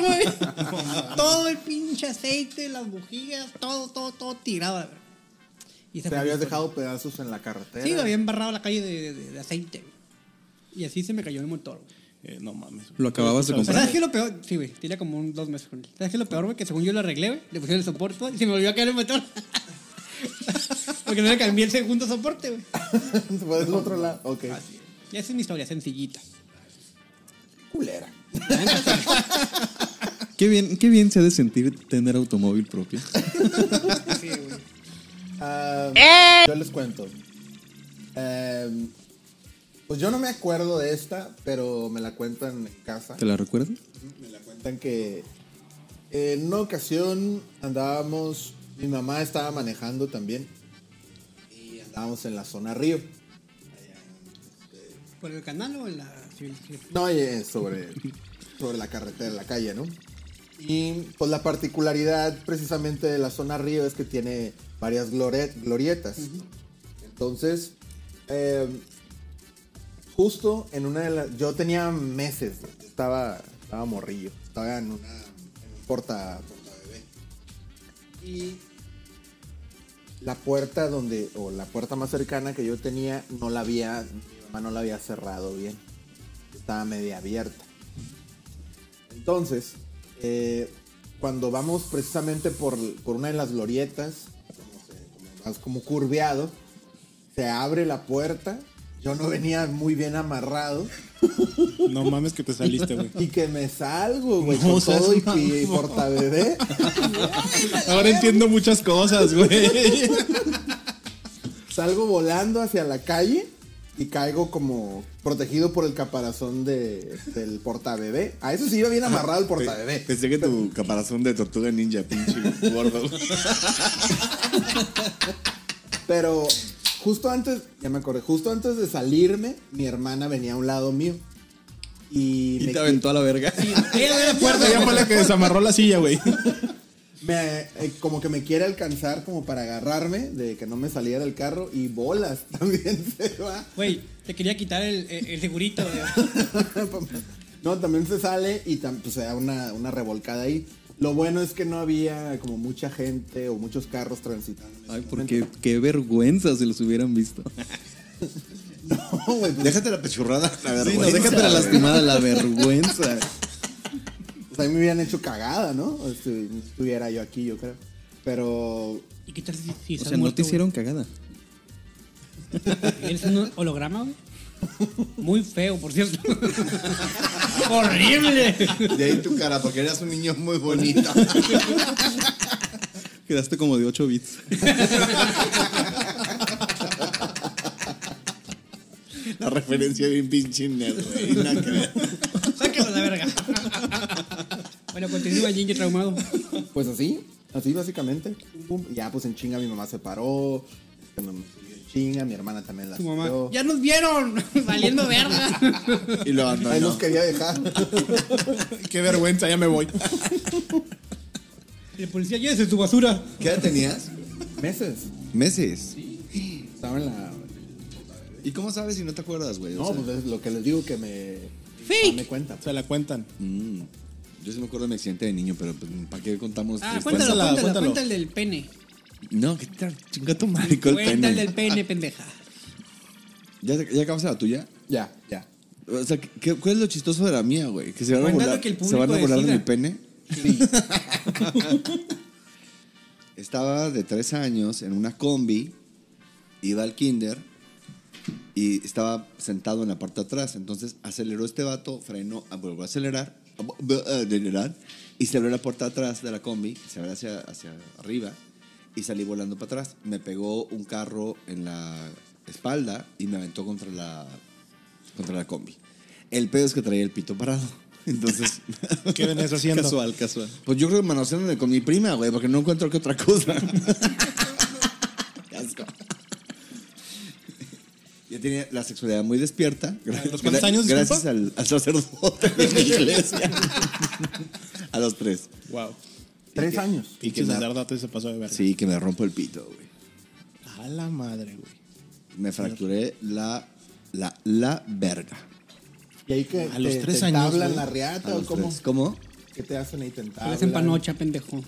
(laughs)
güey. todo el pinche aceite, las bujías, todo, todo, todo tirado, la verdad. Y se
Te
fue
habías
mi motor.
dejado pedazos en la carretera.
Sí, güey, había embarrado la calle de, de- de aceite, güey. Y así se me cayó el motor, güey.
Eh, no mames. güey.
Lo acababas de
O sea,
Pero ¿Sabes
comprar.
qué es lo peor? Sí, güey, tenía como un, dos meses con él. ¿Sabes qué es lo peor, güey? Que según yo lo arreglé, güey, le pusieron el soporte y se me volvió a caer el motor. (laughs) Porque no le cambié el segundo soporte, güey.
Se (laughs) fue del otro lado. Ok.
Ah,
Y esa es mi historia, sencillita.
Culera.
Qué bien, qué bien se ha de sentir tener automóvil propio.
Sí, güey.
Ah,
¡Eh!
Yo les cuento. Em, pues yo no me acuerdo de esta, pero me la cuentan en casa.
¿Te la recuerdas?
me la cuentan que eh, en una ocasión andábamos, mi mamá estaba manejando también y andábamos en la zona río.
¿Por el canal o en la civilización?
No, y, eh, sobre, sobre la carretera, la calle, ¿no? Y pues la particularidad precisamente de la zona río es que tiene varias glore- glorietas. Entonces, eh, justo en una de las... Yo tenía meses, estaba, estaba morrillo, estaba en una en un porta, porta bebé. Y la puerta donde, o la puerta más cercana que yo tenía, no la había, mi mamá no la había cerrado bien estaba media abierta. Entonces, eh, cuando vamos precisamente por, por una de las glorietas, como se- como vas como curveado, se abre la puerta. Yo no venía muy bien amarrado
No mames que te saliste,
(laughs)
güey.
y que me salgo, güey,
(laughs) No
con
seas
todo y,
mamón.
y portabebé.
Ahora entiendo muchas cosas, güey.
Salgo volando hacia la calle y caigo como protegido por el caparazón de, del portabebé. A eso sí iba bien amarrado el portabebé.
Pensé que tu caparazón de tortuga ninja, (laughs) pinche gordo.
Pero justo antes, ya me acordé, justo antes de salirme, mi hermana venía a un lado mío. Y,
Y
me
te aventó a la verga.
Ella abrió la puerta.
Ella fue la que desamarró la silla, güey.
me, eh, como que me quiere alcanzar como para agarrarme de que no me saliera del carro y bolas (laughs) también se va.
Güey, te quería quitar el, el- el segurito. güey.
No, también se sale y tam- pues, se da una, una revolcada ahí. Lo bueno es que no había como mucha gente o muchos carros transitando. en ese
Ay,
momento.
porque qué vergüenza se los hubieran
(laughs)
visto.
No, güey, pues,
Déjate la pechurrada, la
Sí,
vergüenza.
no, déjate la
güey.
lastimada,
(laughs)
la vergüenza.
pues, ahí me hubieran hecho cagada, ¿no? O Si estuviera yo aquí, yo creo. Pero
¿Y qué tal si, si
O
estás
sea, no te
muerto,
hicieron cagada.
güey? ¿Eres un holograma, güey? Muy feo, por cierto. (laughs) ¡Horrible!
De ahí tu cara, porque eras un niño muy bonito.
(laughs) Quedaste como de 8 bits.
La referencia bien pinche nerd, güey. nada que ver.
Sáquenlo a la verga. Bueno, continúa el niño traumado.
Pues así, así básicamente. Pum, pum. Ya pues en chinga mi mamá se paró. este, me- me subió en Chinga, mi hermana también la
Tu mamá.
subió.
¡Ya nos vieron! (laughs) Saliendo verga.
Y lo
Ahí nos
abandonó.
quería dejar.
Qué vergüenza, ya me voy.
El policía, llévese su basura.
¿Qué edad tenías?
Meses.
Meses.
Estaba en la.
¿Y cómo sabes si no te acuerdas, güey? O
No,
sea,
pues es lo que les digo que me.
Fake.
Me cuenta. pues.
Se la cuentan.
mm, yo sí me acuerdo de mi accidente de niño, pero pues, ¿para qué contamos?
Ah,
después?
cuéntalo,
Cuéntala,
cuéntalo,
cuéntalo.
cuéntale el del pene.
No, que te chinga tu marico el
Cuéntale el
pene.
del pene, pendeja.
¿Ya, te- ¿Ya acabaste la tuya?
Ya, ya.
O sea, ¿qué, ¿cuál es lo chistoso de la mía, güey? Que se van a
Cuéntalo
volar,
que el
se van a
público
volar de
decida.
mi pene. (laughs) Estaba de tres años en una combi, iba al kinder y estaba sentado en la parte de atrás. Entonces aceleró este vato, frenó, ah, volvió a acelerar, ah, bu- ah, acelerar y se abrió la puerta de atrás de la combi, se abrió hacia, hacia arriba y salí volando para atrás. Me pegó un carro en la espalda y me aventó contra la, contra la combi. El pedo es que traía el pito parado. (laughs) Entonces,
¿Qué venías haciendo?
Casual, casual.
pues yo creo que manoseándome con mi prima, güey, porque no encuentro que otra
(laughs)
cosa. Qué asco. Yo tenía la sexualidad muy despierta.
¿A los cuántos años, disculpa?
Gracias al, al sacerdote de mi iglesia. A los tres.
Wow.
Tres años.
Pinche sacerdote se pasó de verga.
Sí, que me rompo el pito, güey.
A la madre, güey.
Me fracturé la, la, la verga.
Y ahí que.
A los
te-
tres
te
años,
tablan
güey.
la
A
reata o
los
cómo.
tres. ¿Cómo?
¿Qué te hacen ahí tentar?
Le hacen panocha, pendejo.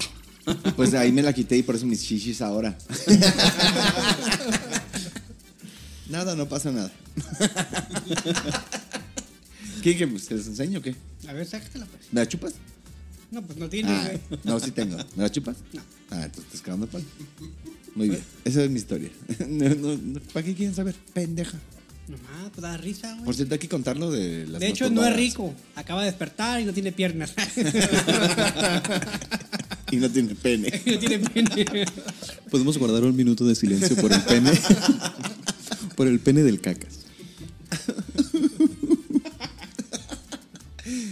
Pues ahí me la quité y por eso mis chichis ahora. (laughs) nada, no pasa (laughs) nada. ¿Qué? que ¿Se les enseño o qué?
A ver, sácatela, pues.
¿Me la chupas?
No, pues no tiene,
Ah,
güey.
no, sí tengo. ¿Me la chupas? No. Ah, entonces estás cagando el palo. Muy bien. Esa es mi historia. (laughs) No, no, no, ¿Para qué quieren saber? Pendeja.
Nomás, pues da risa,
Por
güey.
cierto, hay que contarlo de las
De hecho, no es
masturbadas.
rico. Acaba de despertar y no tiene piernas. (laughs)
Y no tiene pene.
no tiene pene.
(laughs) Podemos guardar un minuto de silencio por el
(laughs)
pene. por el pene del cacas.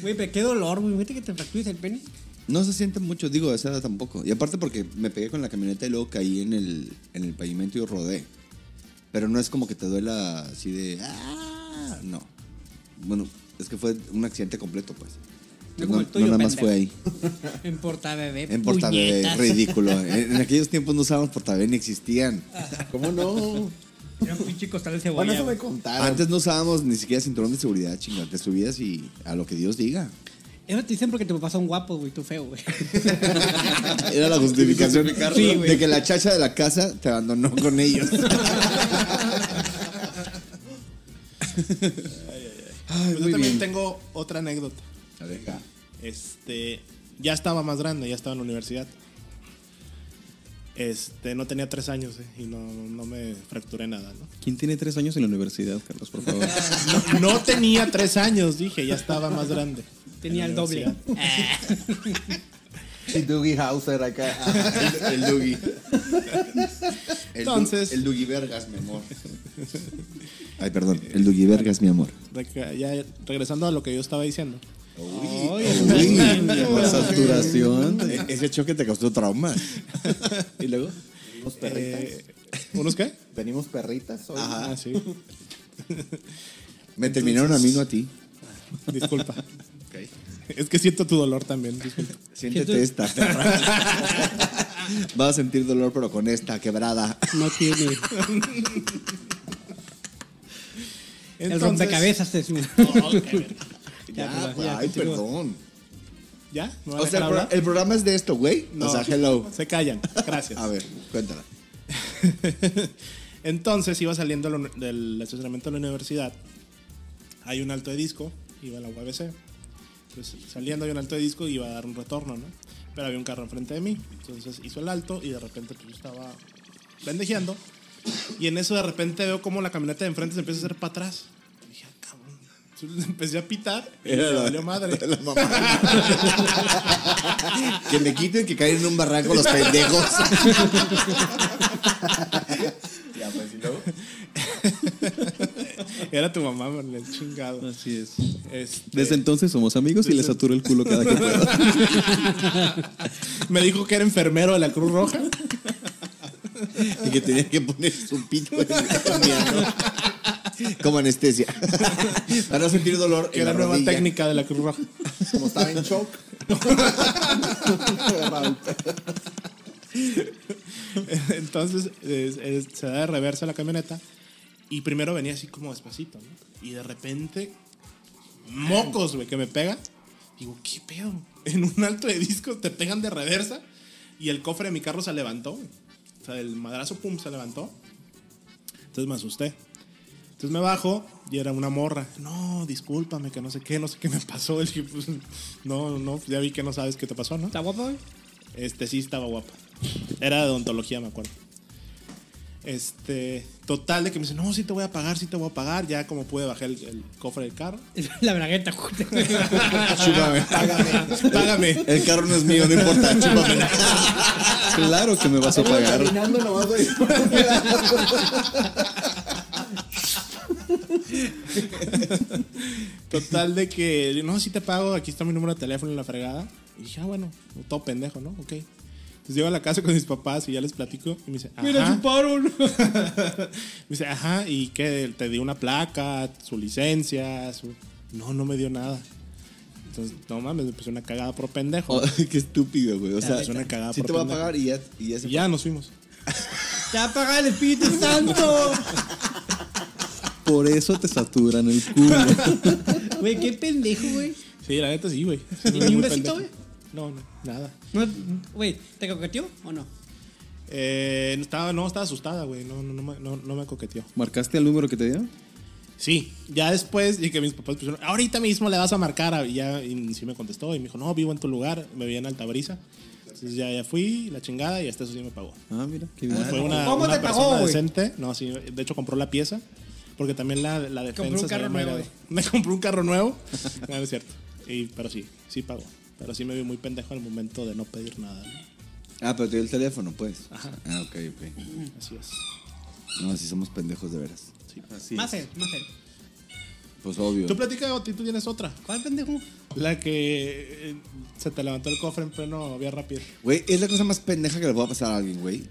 Güey, pero qué dolor, güey. Vete que te fractures el pene.
No se siente mucho, digo, a esa edad tampoco. Y aparte porque me pegué con la camioneta y luego caí en el, en el pavimento y rodé. Pero no es como que te duela así de... "Ah", No. Bueno, es que fue un accidente completo, pues.
No
no,
como el tuyo,
nada más
pendejo.
fue ahí.
En portabebé.
En portabebé,
puñetas. (laughs)
ridículo. En, en aquellos tiempos no usábamos portabebé ni existían.
¿Cómo no?
Era un pinche costal de cebolla.
Bueno, eso me
güey.
contaron.
Antes no usábamos ni siquiera cinturón de seguridad, chingada. Te subías y a lo que Dios diga.
Eso te dicen porque te pasó un guapo, güey. Tú feo, güey. (laughs)
Era la justificación
Sí, güey.
de que la chacha de la casa te abandonó con
(laughs)
ellos.
Pues yo también tengo otra anécdota.
A ver, acá.
Este, ya estaba más grande, ya estaba en la universidad. Este, no tenía tres años eh, y no, no me fracturé nada, ¿no?
¿Quién tiene tres años en la universidad, Carlos, por favor?
No, no tenía tres años, dije, ya estaba más grande.
Tenía
En
el
la
doble.
universidad.
Y Doogie Hauser (laughs) acá. Ah,
(laughs) El, el Dugi. El
Entonces-
Du- el Dugi Vergas, mi amor. Ay, perdón. El Dugi Verga es mi amor.
Reca- ya regresando a lo que yo estaba diciendo.
Uy, la saturación.
E- Ese choque te causó trauma.
Y luego,
Tenemos perritas.
Eh, ¿Unos qué?
Tenemos perritas. hoy?
Ah, sí.
Me terminaron a mí, no a ti.
Disculpa. Es que siento tu dolor también. disculpa.
Siéntete esta, perra. (laughs) Vas a sentir dolor, pero con esta quebrada.
No tiene. El
Entonces-
rompecabezas es un.
(laughs) Ya,
perdón,
güey,
ya,
ay,
continúa.
perdón.
¿Ya? ¿Me van a
O sea,
dejar
el,
hablar?
pro- el programa es de esto, güey.
No.
O sea, hello.
Se callan. Gracias.
A ver, cuéntala.
(laughs) Entonces iba saliendo del- del estacionamiento de la universidad. Hay un alto de disco, iba a la UABC. Pues saliendo hay un alto de disco y iba a dar un retorno, ¿no? Pero había un carro enfrente de mí. Entonces hizo el alto y de repente pues, yo estaba pendejeando. Y en eso de repente veo como la camioneta de enfrente se empieza a hacer para atrás. Y dije, "Ah, cabrón. Entonces (laughs) empecé a pitar y me valió madre.
(laughs) la mamá. que me quiten que caen en un barranco los pendejos. ya, pues, ¿y luego?
Era tu mamá, Marlene, chingado.
así es.
Este,
Desde entonces somos amigos y le saturo el culo cada que puedo.
me dijo que era enfermero de la
(laughs)
Cruz Roja.
(laughs) Y que tenía que poner su pito en el mía, ¿no? Como anestesia. Para no sentir dolor
Que
en
era
la
nueva
rodilla.
técnica de la Cruz Roja.
Como estaba en shock.
(laughs) Entonces es- es- se da de reversa la camioneta y primero venía así como despacito, ¿no? Y de repente, mocos, güey, que me pega. Digo, ¿qué pedo? (laughs) En un alto de disco te pegan de reversa y el cofre de mi carro se levantó, güey. O sea, el madrazo, pum, se levantó. Entonces me asusté. Entonces me bajo y era una morra. No, discúlpame, que no sé qué, no sé qué me pasó. (laughs) Le dije, pues, no, no, ya vi que no sabes qué te pasó, ¿no?
¿Está guapo, güey?
Este sí estaba guapa. Era de odontología, me acuerdo. Este, total de que me dice, no, sí te voy a pagar, sí te voy a pagar. Ya como pude bajar el, el cofre del carro.
(laughs) La bragueta.
Chúpame.
(laughs) Págame.
El carro no es mío, no importa, chúpame.
Claro que me vas a pagar.
Caminando nomás, güey.
Total de que, no, sí te pago, aquí está mi número de teléfono en la fregada. Y dije, ah, bueno, todo pendejo, ¿no? Ok. Entonces llego a la casa con mis papás y ya les platico. Y me dice, ajá.
(laughs) Mira, su paro. ¿no?
Me dice, ajá, y que te dio una placa, su licencia, su... No, no me dio nada. Entonces, no mames, me puse una cagada por pendejo.
Oh, qué estúpido, güey. O sea,
Es una cagada
sí
por
te va a
pendejo.
pagar y ya, y ya se
Y ya nos fuimos.
Te va a pagar el Espíritu Santo.
Por eso te saturan el culo.
(laughs)
(laughs)
Güey, qué pendejo, güey.
Sí, la neta sí, (laughs) güey.
¿Y ni
Muy
un
pendejo.
besito, güey?
No, no, nada.
No, Güey, ¿te coqueteó o no?
Eh, estaba, no, estaba asustada, güey. No, no, no, me- no, no me coqueteó.
¿Marcaste el número que te dio?
Sí, ya después, y que mis papás pusieron, ahorita mismo le vas a marcar. a-". Y ya, y sí me contestó. Y me dijo, no, vivo en tu lugar. Me vi en Altabrisa. Entonces ya, ya fui, la chingada, y hasta eso sí me pagó.
Ah, mira, qué bien.
Fue una,
¿Cómo
una
te pagó,
persona
güey?
decente. No, sí, de hecho compró la pieza. Porque también la, la defensa.
Compró un
se
carro
había
nuevo,
mareado. (laughs) Me compró un carro nuevo. (laughs) no, no es cierto. Y, pero sí, sí pagó. Pero sí me vi muy pendejo en el momento de no pedir nada. ¿no?
Ah, pero te dio el teléfono, pues. Ah, ok, ok.
Así es.
No, si somos pendejos de veras.
Sí.
Más él, más él.
Pues obvio.
Tú platica o tú tienes otra.
¿Cuál pendejo?
La que eh, se te levantó el cofre en pleno vía rápida.
Güey, es la cosa más pendeja que le pueda pasar a alguien, güey.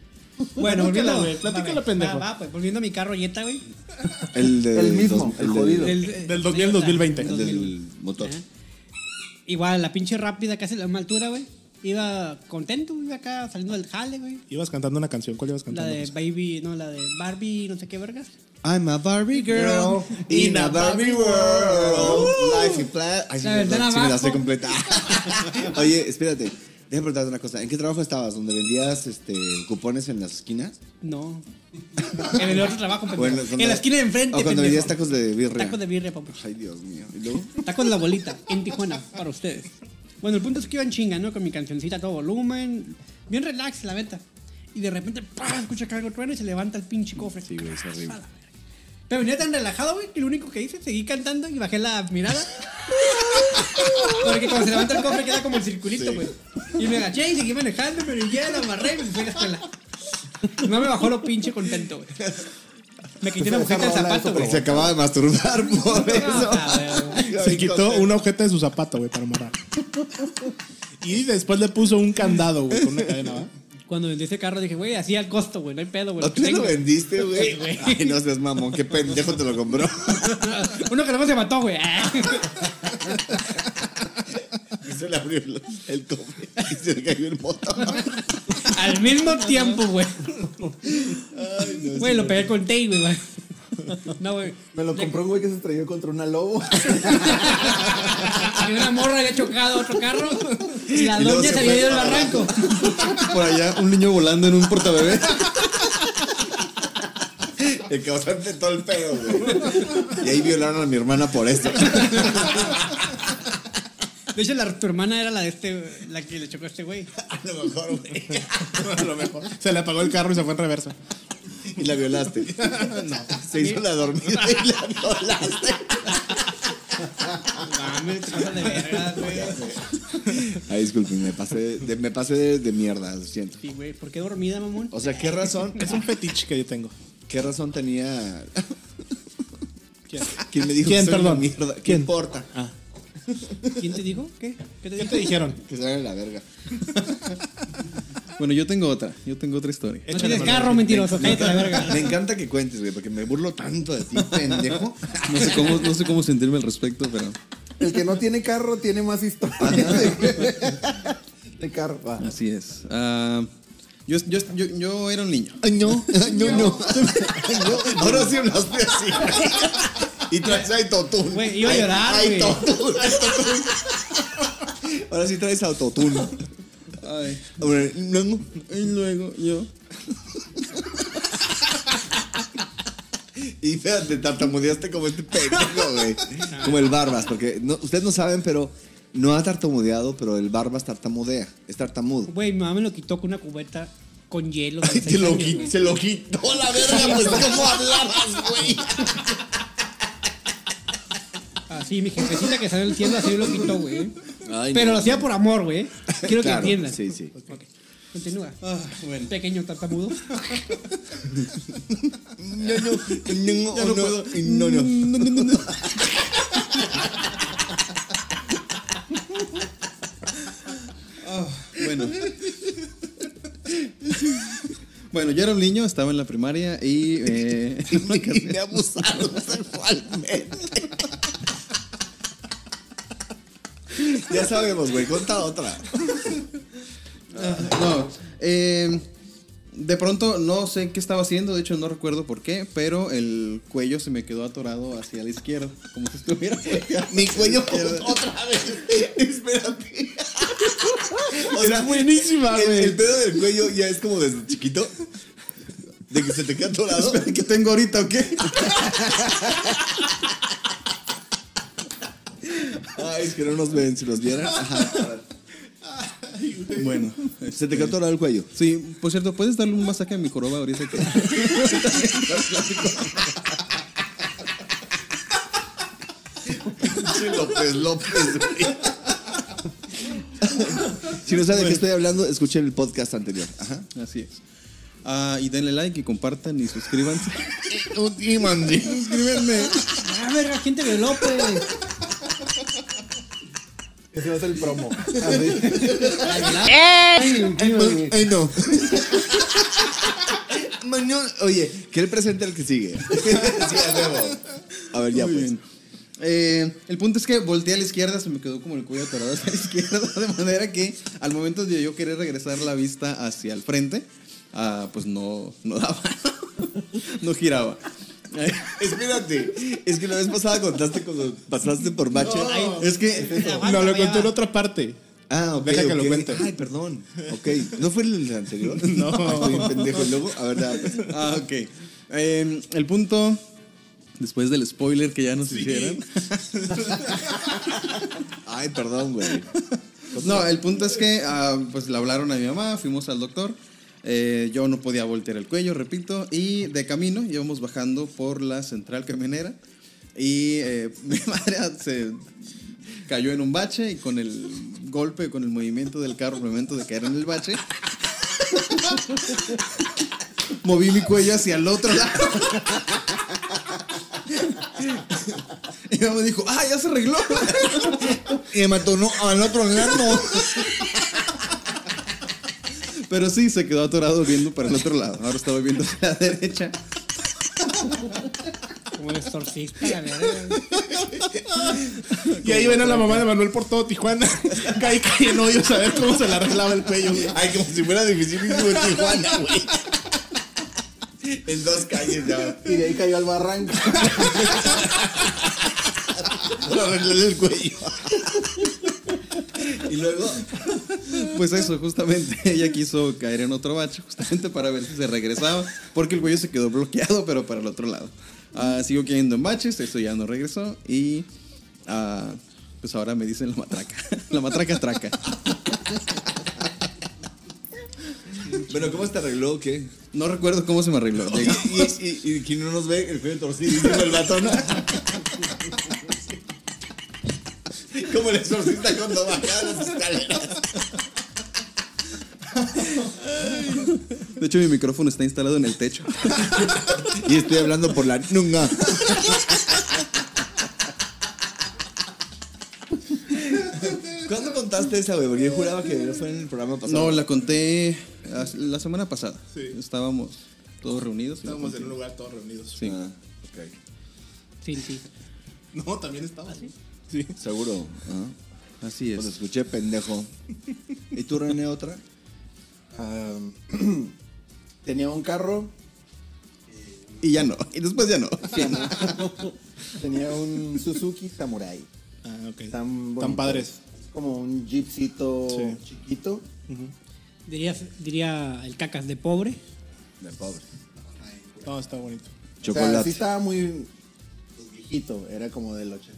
Platícala,
Bueno, volviendo.
güey, platícala,
Va,
pendejo.
Va, va, pues volviendo a mi carro Jetta, güey.
El, de-
El mismo,
dos-
el jodido.
del-
Del 2000 al 2020.
El, del motor.
Ajá. Igual, la pinche rápida, casi a la misma altura, güey. Iba contento, iba acá saliendo del jale, güey.
Ibas cantando una canción. ¿Cuál ibas
La
cantando? Pues,
de
José?
Baby, no, la de Barbie, no sé qué vergas.
I'm a Barbie girl in a Barbie world. Life is flat. Ay, sí,
La
me
ventana
la- sí me la
abajo.
sé completa. (laughs) Oye, espérate. Déjame preguntarte una cosa. ¿En qué trabajo estabas? ¿Donde vendías este, cupones en las esquinas?
No. en el otro (laughs) trabajo, pendejo.
Bueno,
en la esquina de enfrente.
O cuando
pendejo.
vendías tacos de birria.
Tacos de birria, papá.
Ay, Dios mío. ¿Y luego?
Tacos de la bolita, en Tijuana, para ustedes. Bueno, el punto es que iba en chinga, ¿no? Con mi cancioncita a todo volumen. Bien relax, la venta. Y de repente, ¡pah! Escucha que algo truena y se levanta el pinche cofre.
Sí, güey, es horrible.
A la verga. Pero venía tan relajado, güey, que lo único que hice, seguí cantando y bajé la mirada. Porque cuando se levanta el cofre queda como el circulito, güey. Y me agaché y seguí manejando, pero ya la amarré y me fui a la escuela. No me bajó lo pinche contento, güey. Me quité una mujer del
Esa rola
zapato,
es
güey.
súper
Se acababa de (laughs) masturbar por eso.
Se quitó una objeta de su zapato, güey, para amarrar. (laughs) Y después le puso un candado, güey, con una cadena, ¿va?
Cuando vendí ese carro dije, güey, así al costo, güey, no hay pedo, güey.
¿No
lo que
te lo
tengo.
vendiste, güey?
güey.
Ay, no seas mamón, qué pendejo te lo compró.
(laughs) Uno que luego se mató, güey.
(laughs)
(laughs)
Y se le abrió el, el cofre y se le cayó el botón.
al mismo tiempo, güey. Güey, lo pegué con tape, güey. No, güey.
(laughs)
(laughs)
Me lo compró un güey que se estrelló contra una
(laughs)
lobo.
Y una morra había chocado a otro carro. Y la
Y luego
doña
se
se había
fue
ido al
para
barranco.
Por allá, un niño volando en un portabebé.
El causante de todo el pedo, güey. Y ahí violaron a mi hermana por eso.
De hecho, la, tu hermana era la de este, la que le chocó a este güey.
A lo mejor, güey.
A lo mejor. Se le apagó el carro y se fue en reversa.
Y la violaste. (laughs) No. Se hizo la dormida y la violaste.
Mames, te pasas de verga, güey.
Ay, disculpen, me pasé de, me pasé de, de mierda, lo siento.
Sí, güey, ¿por qué dormida, mamón?
O sea, ¿qué razón,
Es un fetiche que yo tengo.
qué razón tenía
¿Quién?
quien me dijo
¿Quién,
que soy una
perdón?
mierda? ¿Qué
¿Quién?
importa?
Ah.
¿Quién te dijo? ¿Qué? ¿Qué te
¿Qué
dijo?
te dijeron?
Que se hagan la verga.
Bueno, yo tengo otra, yo tengo otra historia.
No
Échale,
tienes
Manuel.
carro, mentiroso. Cállate a la verga.
Me encanta que cuentes, güey, porque me burlo tanto de ti, pendejo.
(laughs) No sé cómo, no sé cómo sentirme al respecto, pero
El que no tiene carro tiene más historias de, (laughs) de carro. va.
así es. Ah, yo, yo, yo, yo era un niño.
Ay,
(laughs)
No, ay, no, no. (laughs) Ahora sí hablaste así. Y traes autotune.
Güey, iba a llorar,
Ay,
güey.
autotune, autotune. Ahora sí traes autotune.
Ay,
Ahora, no.
y luego yo.
Y fíjate, tartamudeaste como este pendejo, güey. Como el Barbas, porque no- ustedes no saben, pero no ha tartamudeado, pero el Barbas tartamudea. Es
(laughs)
tartamudo.
Güey, mi mamá me lo quitó con una cubeta con hielo. de
Ay,
seis
te lo
años,
qui-
güey.
se lo quitó la verga, pues cómo hablabas, güey.
Así, mi jefecita que salió del cielo así lo quitó, güey.
Ay,
Pero
no.
lo hacía por amor, güey. Quiero que
Claro,
entiendan.
Sí, sí.
Ok, continúa. Pequeño tartamudo.
No, no, (laughs) no,
Ya no puedo.
no, no.
(laughs) Bueno. Bueno, yo era un niño, estaba en la primaria y eh, (laughs) en una
Y
carrera-
me (laughs) abusaron sexualmente. Ya sabemos, güey, conta (laughs) otra.
No, eh, de pronto no sé qué estaba haciendo, de hecho no recuerdo por qué, pero el cuello se me quedó atorado hacia la izquierda, como si estuviera volteado.
Mi cuello otra vez. Espérate. O sea,
buenísima,
el,
güey.
el pedo del cuello ya es como desde chiquito. De que se te queda atorado.
¿Qué tengo ahorita o qué?
(laughs) Ay, es que no nos ven si nos vieran. Ajá.
Bueno,
Se te quedó atorado el cuello.
sí, por cierto, ¿puedes darle un masaje a mi joroba
(laughs)
ahorita? Que...
Sí, López López, güey. Si no saben de qué estoy hablando, escuchen el podcast anterior. Ajá.
Así es. Ah, y denle like y compartan y suscríbanse.
Ah, verga, gente de López.
Ese va a ser el promo. Así.
Ay, (laughs) no. Mañana- oye, que él presente el que sigue. (laughs) Sí, hacemos. A ver, ya
Muy
pues.
bien. Eh, el punto es que volteé a la izquierda, se me quedó como el cuello atorado hacia la (laughs) izquierda, de manera que al momento de yo querer regresar la vista hacia el frente, ah, pues no, no daba, (laughs) no giraba. Eh,
Espérate, es que la vez pasada contaste cuando pasaste por bache.
es que
No, lo conté en otra parte.
Ah, ok.
Deja que lo
ok.
cuente.
Ay, perdón. Ok, ¿no fue el anterior?
(laughs)
No.
Ay, Estoy bien pendejo. Y luego, a ver, ya, pues.
Ah, ok. Eh, el punto, después del spoiler que ya nos hicieron.
(laughs) Ay, perdón, güey.
No, el punto es que ah, pues le hablaron a mi mamá, fuimos al doctor. eh, yo no podía voltear el cuello, repito. Y de camino íbamos bajando por la central camionera. Y eh, (laughs) mi madre se cayó en un bache y con el golpe, con el movimiento del carro, al momento de caer en el bache, moví mi cuello hacia el otro lado. Y mamá dijo, ah, ya se arregló.
Y me mató no, al otro lado.
Pero sí, se quedó atorado viendo para el otro lado. Ahora estaba viendo hacia la derecha.
Como el exorcista, la verdad.
Y ahí ven a la mamá de Manuel por todo Tijuana. (laughs) Caí en hoyos a ver cómo se le arreglaba el cuello. güey.
Ay, como si fuera dificilísimo en Tijuana, güey. En dos calles ya.
Y de ahí cayó al barranco.
(laughs) Para arreglarle el
(laughs)
cuello. Y luego,
Pues eso, justamente (laughs) ella quiso caer en otro bache, justamente para ver si se regresaba, porque el cuello se quedó bloqueado, pero para el otro lado. Ah, sigo cayendo en baches, eso ya no regresó, y ah, pues ahora me dicen la matraca. (laughs) La matraca traca.
bueno, ¿cómo se te arregló o qué?
No recuerdo cómo se
(laughs)
me arregló.
(laughs) Y,
Llegó-
y, y, y quien no nos ve, el cuello torcido, diciendo el batón. Como el exorcista cuando bajaba las escaleras.
De hecho, mi micrófono está instalado en el techo.
Y estoy hablando por la nunga. ¿Cuándo contaste esa, güey? Porque yo juraba que fue en el programa pasado.
No, la conté ah, la semana pasada. Estábamos todos reunidos. y la
Estábamos en
conté.
un lugar todos reunidos.
Sí.
Ah, ok.
Sí, sí.
No, también
¿Ah,
estábamos.
Seguro. Ah,
Así
Pues
es.
escuché, pendejo. ¿Y tú, René, otra?
Am, tenía un carro,
Y ya no. Y después ya no.
tenía un Suzuki Samurai.
Ah, ok.
Tan,
Tan padres.
Como un jeepcito
Sí.
chiquito.
Diría, diría el cacas de pobre.
De pobre.
No, está bonito.
O
Chocolate.
sea, sí estaba muy pues, viejito, era como del 80.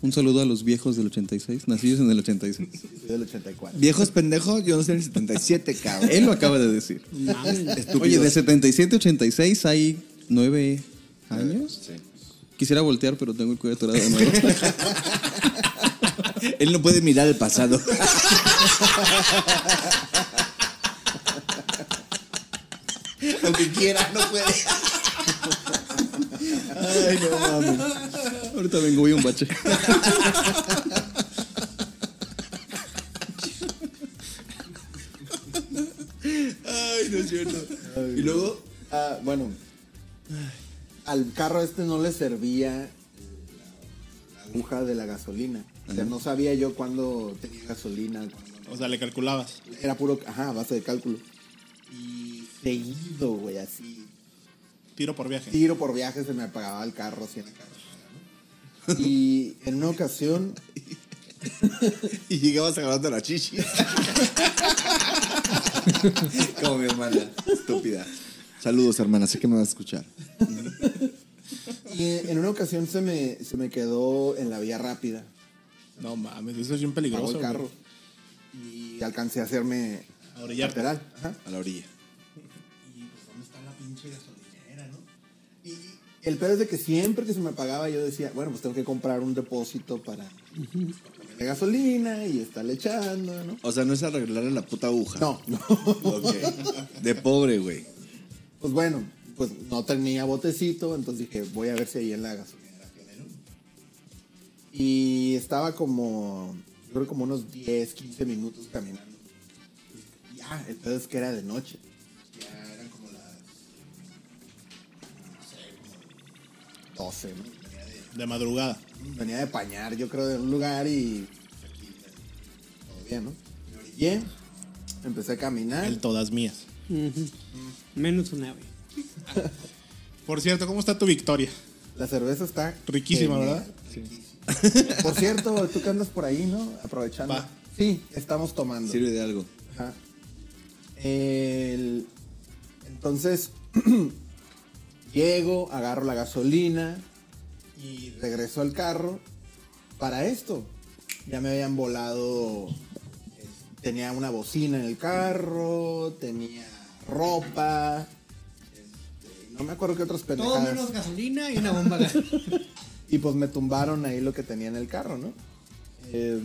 Un saludo a los viejos del 86, nacidos en el 86.
Soy del 84.
Viejos pendejos, yo no sé el 77,
(laughs)
cabrón.
Él lo acaba de decir. Oye, de 77 a 86 hay 9 años.
Eh, Sí.
Quisiera voltear, pero tengo el cuello atorado de nuevo.
(laughs) Él no puede mirar el pasado. Aunque quiera, no puede.
Ay, no mames.
Ahorita vengo, voy a un bache.
Ay, no es cierto. Y luego,
Ah, bueno, al carro este no le servía eh, la la aguja de la gasolina. O sea, no sabía yo cuándo tenía gasolina. cuándo
O sea, le calculabas.
no. Era puro, ajá, base de cálculo. Y seguido, güey, así.
Tiro por viaje.
Tiro por viaje se me apagaba el carro, así en la carretera, ¿no? Y en una ocasión
y llegabas agarrando la chichi.
(laughs)
Como mi hermana, estúpida. Saludos, hermana, sé que me vas a escuchar.
Y en en una ocasión se me, se me quedó en la vía rápida.
No mames, eso es bien
Pagó
peligroso.
el carro.
güey.
Y alcancé a hacerme
A orillarte.
lateral. Ajá.
A la orilla.
El pedo es de que siempre que se me apagaba yo decía, bueno, pues tengo que comprar un depósito para de gasolina y estarle echando, ¿no?
O sea, no es arreglarle la puta aguja.
No, (laughs) no.
Ok. De pobre, güey.
Pues bueno, pues no tenía botecito, entonces dije, voy a ver si ahí en la gasolinera tienen uno. Y estaba como, yo creo como unos 10, 15 minutos caminando. Ya, el pedo es que era de noche. Ya eran como las... No sé, como 12, ¿no? Venía de-
De madrugada.
venía de pañar, yo creo, de un lugar y. Todo bien, ¿no? Me orillé, empecé a caminar.
El todas mías.
Ujú. Menos una, güey.
Por cierto, ¿cómo está tu victoria?
La cerveza está.
Riquísima,
genial.
¿verdad?
Por cierto, tú que andas por ahí, ¿no? Aprovechando.
Va.
Sí, estamos tomando.
Sirve de algo.
Ajá. El- Entonces, (clears throat) llego, agarro la gasolina y regreso al carro. Para esto, ya me habían volado. eh, Tenía una bocina en el carro, tenía ropa. este, No me acuerdo qué otras
Todo
pendejadas.
menos gasolina y una bomba. gas.
(laughs) Y Em, pues me tumbaron ahí lo que tenía en el carro, ¿no? Eh,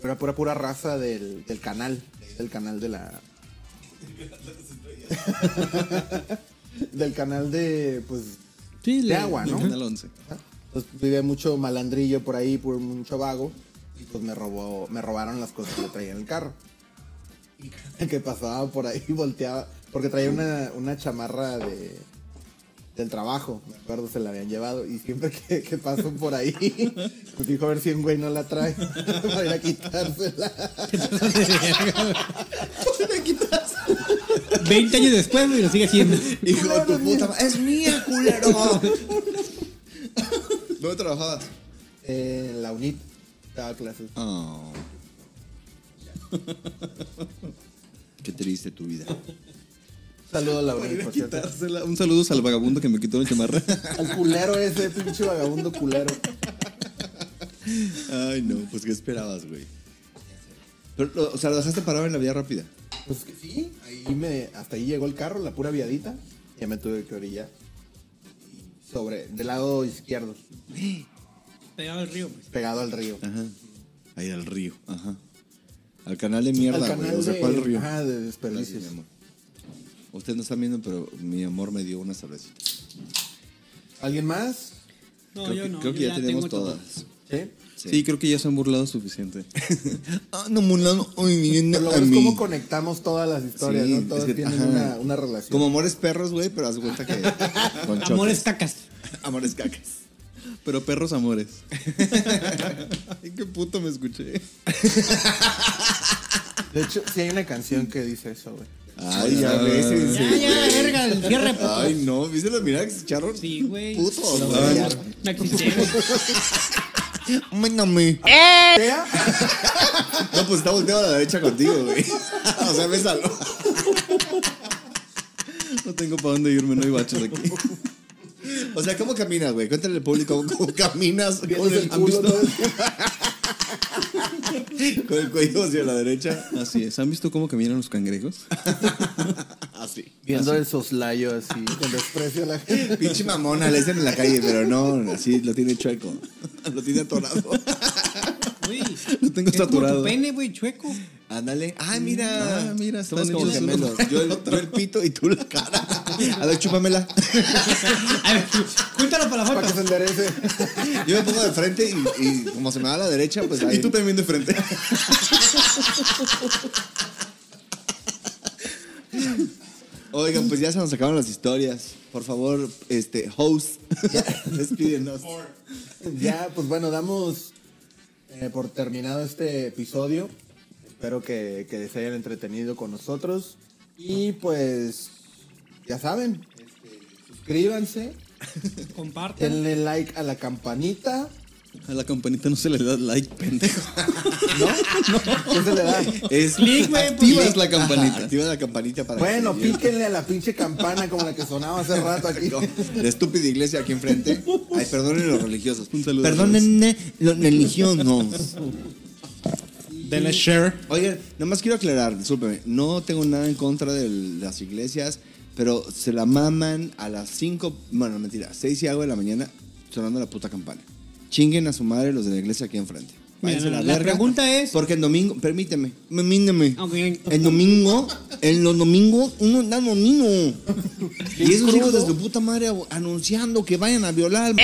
Pero pura, pura raza del, del canal. Del canal de la. (laughs) del canal de. Pues. de
Sí,
(laughs)
le-
agua, ¿no?
Canal 11.
Pues vivía mucho malandrillo por ahí, por mucho vago. Y pues me robó, me robaron las cosas que traía en el carro. (laughs) Y cada que pasaba por ahí (laughs) volteaba. Porque traía una, una chamarra de del trabajo, me acuerdo, se la habían llevado. Y siempre que, que paso por ahí, (laughs) pues dijo a ver si un güey no la trae (laughs) para ir a quitársela.
20 años después, güey, lo sigue haciendo.
Hijo de tu puta ma- ¡Es mía, culero!
(laughs)
¿Dónde trabajabas?
En Eh, la UNIT daba clases.
Ah.
Oh. Qué triste tu vida.
Saludo a la UNIT, por cierto.
Dársela- Un saludo al vagabundo que me quitó la chamarra.
Al culero ese, pinche vagabundo culero.
(laughs) Ay, no, pues ¿qué esperabas, güey? Pero, lo- o sea, lo dejaste parado en la vía rápida.
Pues que sí, ahí me, hasta ahí llegó el carro, la pura viadita, ya me tuve que orillar. Sobre, del lado izquierdo,
Pegado al río, pues.
pegado al río.
Ajá. Ahí al río. Ajá. Al canal de mierda,
al
güey.
canal
O sea,
de,
¿cuál río?
ajá, de
Gracias,
desperdicios.
mi amor. Ustedes no están viendo, pero mi amor me dio una cervecita.
¿Alguien más?
No,
creo
yo
que,
no.
creo
yo
que ya, tenemos
tengo todo.
todas.
Sí.
Sí. creo que ya se han burlado suficiente.
(laughs) Ah, no, Mulano. Ay, miren
Pero lo
a
ves
mí.
cómo conectamos todas las historias,
Sí,
¿no? Todas
es que-
tienen
ajá.
una, una relación.
Como amores perros, güey, pero haz cuenta que. con choques.
Amores tacas.
Amores cacas.
Pero
(laughs)
perros amores. Ay, qué puto me escuché.
De hecho, sí hay una canción que dice eso, güey.
Ay, ya ves. en
Ya,
serio.
ya, la verga, el cierre, puto.
Ay, no. ¿Viste la mirada que se echaron?
(laughs) Sí, güey.
Putos,
Lo
güey.
odiaron. Me existé, güey.
Ay, no, me.
Vea,
No, pues está volteado a la derecha contigo, güey. (laughs) O sea, bésalo.
No tengo para dónde irme, no hay baches aquí.
O sea, ¿cómo caminas, güey? Cuéntale al público cómo caminas con
viéndose el
el,
culo todo el-
(laughs) con el cuello hacia la derecha.
Así es. ¿Han visto cómo caminan los cangrejos?
(laughs) Así.
Viendo el soslayo así, (laughs) con desprecio a la gente.
Pinche mamona, le dicen en la calle, pero no, así lo tiene chueco. Lo tiene atorado.
Uy,
Lo tengo
es como
saturado.
Tu pene, güey, chueco.
Ándale. Ah, mira.
Ah, mira,
Somos
están
como
hechos
gemelos.
uno.
Yo el, yo el pito y tú la cara. A ver, chúpamela.
A ver, cuéntalo para la
Para que se
foto.
enderece.
Yo me pongo de frente y, y como se me va a la derecha, pues ahí.
Y tú también de frente.
Oigan, pues ya se nos acabaron las historias. Por favor, este, host, despídenos.
(laughs) Ya, pues bueno, damos eh, por terminado este episodio. Espero que, que se hayan entretenido con nosotros. Y pues, ya saben, este, suscríbanse,
Comparte.
denle like a la campanita.
A la campanita no se le da like, pendejo.
¿Qué se le (laughs) da?
Es
Click, güey, pues,
Activas
click.
la
Ajá,
campanita.
activa la campanita para
Bueno,
que te llegue.
píquenle a la pinche campana como la que sonaba hace rato (laughs) aquí.
La estúpida iglesia aquí enfrente. Ay, perdonen los religiosos.
Un saludo.
Perdonen los religiosos.
Denle share.
Oigan, nada más quiero aclarar, discúlpeme, no tengo nada en contra de las iglesias, pero se la maman a las 5, bueno, mentira, 6 y algo de la mañana sonando la puta campana. Chinguen a su madre los de la iglesia aquí enfrente.
Mira,
Váyanse a
la
verga,
pregunta es-
Porque el domingo, permíteme, permíteme.
Ok.
El domingo, en los domingos, uno anda domingo. Y esos hijos de su puta madre anunciando que vayan a violar al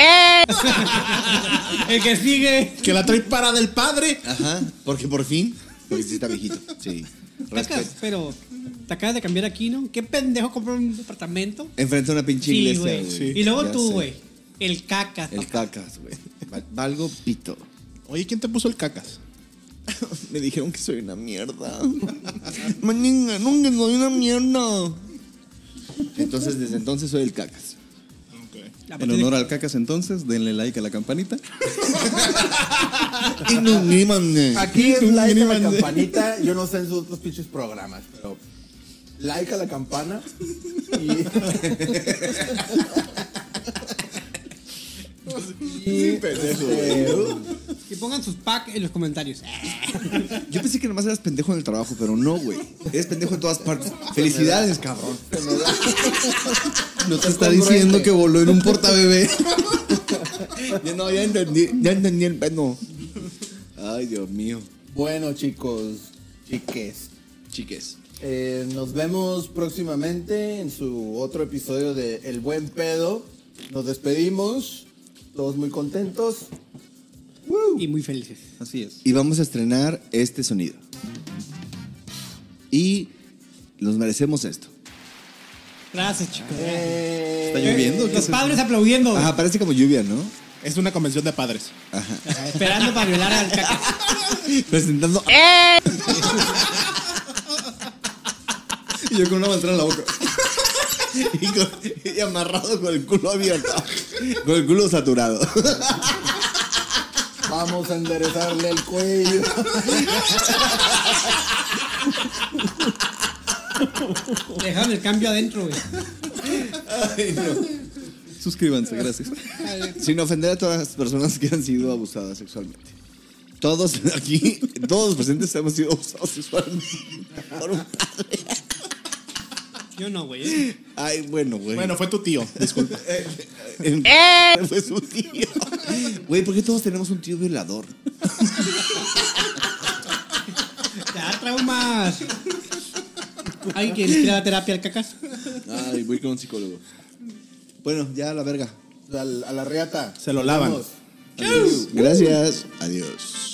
El que sigue.
Que la trae para del padre.
Ajá, porque por fin. Porque sí está viejito. Sí.
Tacas,
Respeto.
pero te acabas de cambiar aquí, ¿no? ¿Qué pendejo compró un departamento?
Enfrente a una pinche
Sí,
iglesia,
güey.
güey.
Y luego
Ya
tú,
sé.
güey. El caca.
El cacas, güey. Val- Valgo pito. (laughs)
Oye, ¿quién te puso el cacas?
Me dijeron que soy una mierda. (laughs) Mañana, nunca soy una mierda. Entonces, desde entonces soy el cacas.
La
En honor al cacas entonces, denle like a la campanita.
Y no, ni mande.
Aquí es like a la campanita. Yo no sé en sus otros pinches programas, pero like a la campana.
(laughs)
Y, y, este,
Y pongan sus packs en los comentarios.
Yo pensé que nomás eras pendejo en el trabajo, pero no, güey. Eres pendejo en todas partes. Felicidades, cabrón.
No te está diciendo que voló (laughs) en un portabebé.
Ya no, ya entendí, ya entendí el pedo. Ay, Dios mío.
Bueno, chicos, chiques.
Chiques.
eh, nos vemos próximamente en su otro episodio de El Buen Pedo. Nos despedimos. Todos muy contentos.
Y muy felices.
Así es.
Y vamos a estrenar este sonido. Y nos merecemos esto.
Gracias, chicos.
Eh,
¿Está lloviendo? ¿Qué
Los
es eso?
padres aplaudiendo.
Ajá, parece como lluvia, ¿no?
Es una convención de padres.
Esperando para violar al caca.
Presentando. (laughs) y yo con una manzana en la boca. (laughs) y, con- y amarrado con el culo abierto. con el culo saturado.
(laughs) Vamos a enderezarle el cuello.
Dejaron el cambio adentro, güey.
Suscríbanse, gracias.
Sin ofender a todas las personas que han sido abusadas sexualmente. Todos aquí, todos los presentes hemos sido abusados sexualmente. Por un padre.
Yo no, güey.
Ay, bueno, güey.
Bueno, fue tu (laughs) tío. Disculpa.
En- (laughs) Fue su tío. Güey, ¿por qué todos tenemos un tío violador?
Te da traumas. Ay, que le da terapia al cacas.
Ay, voy con un psicólogo. Bueno, ya a la verga.
Al- A la, reata.
Se lo lavan.
Vamos.
Gracias. Adiós.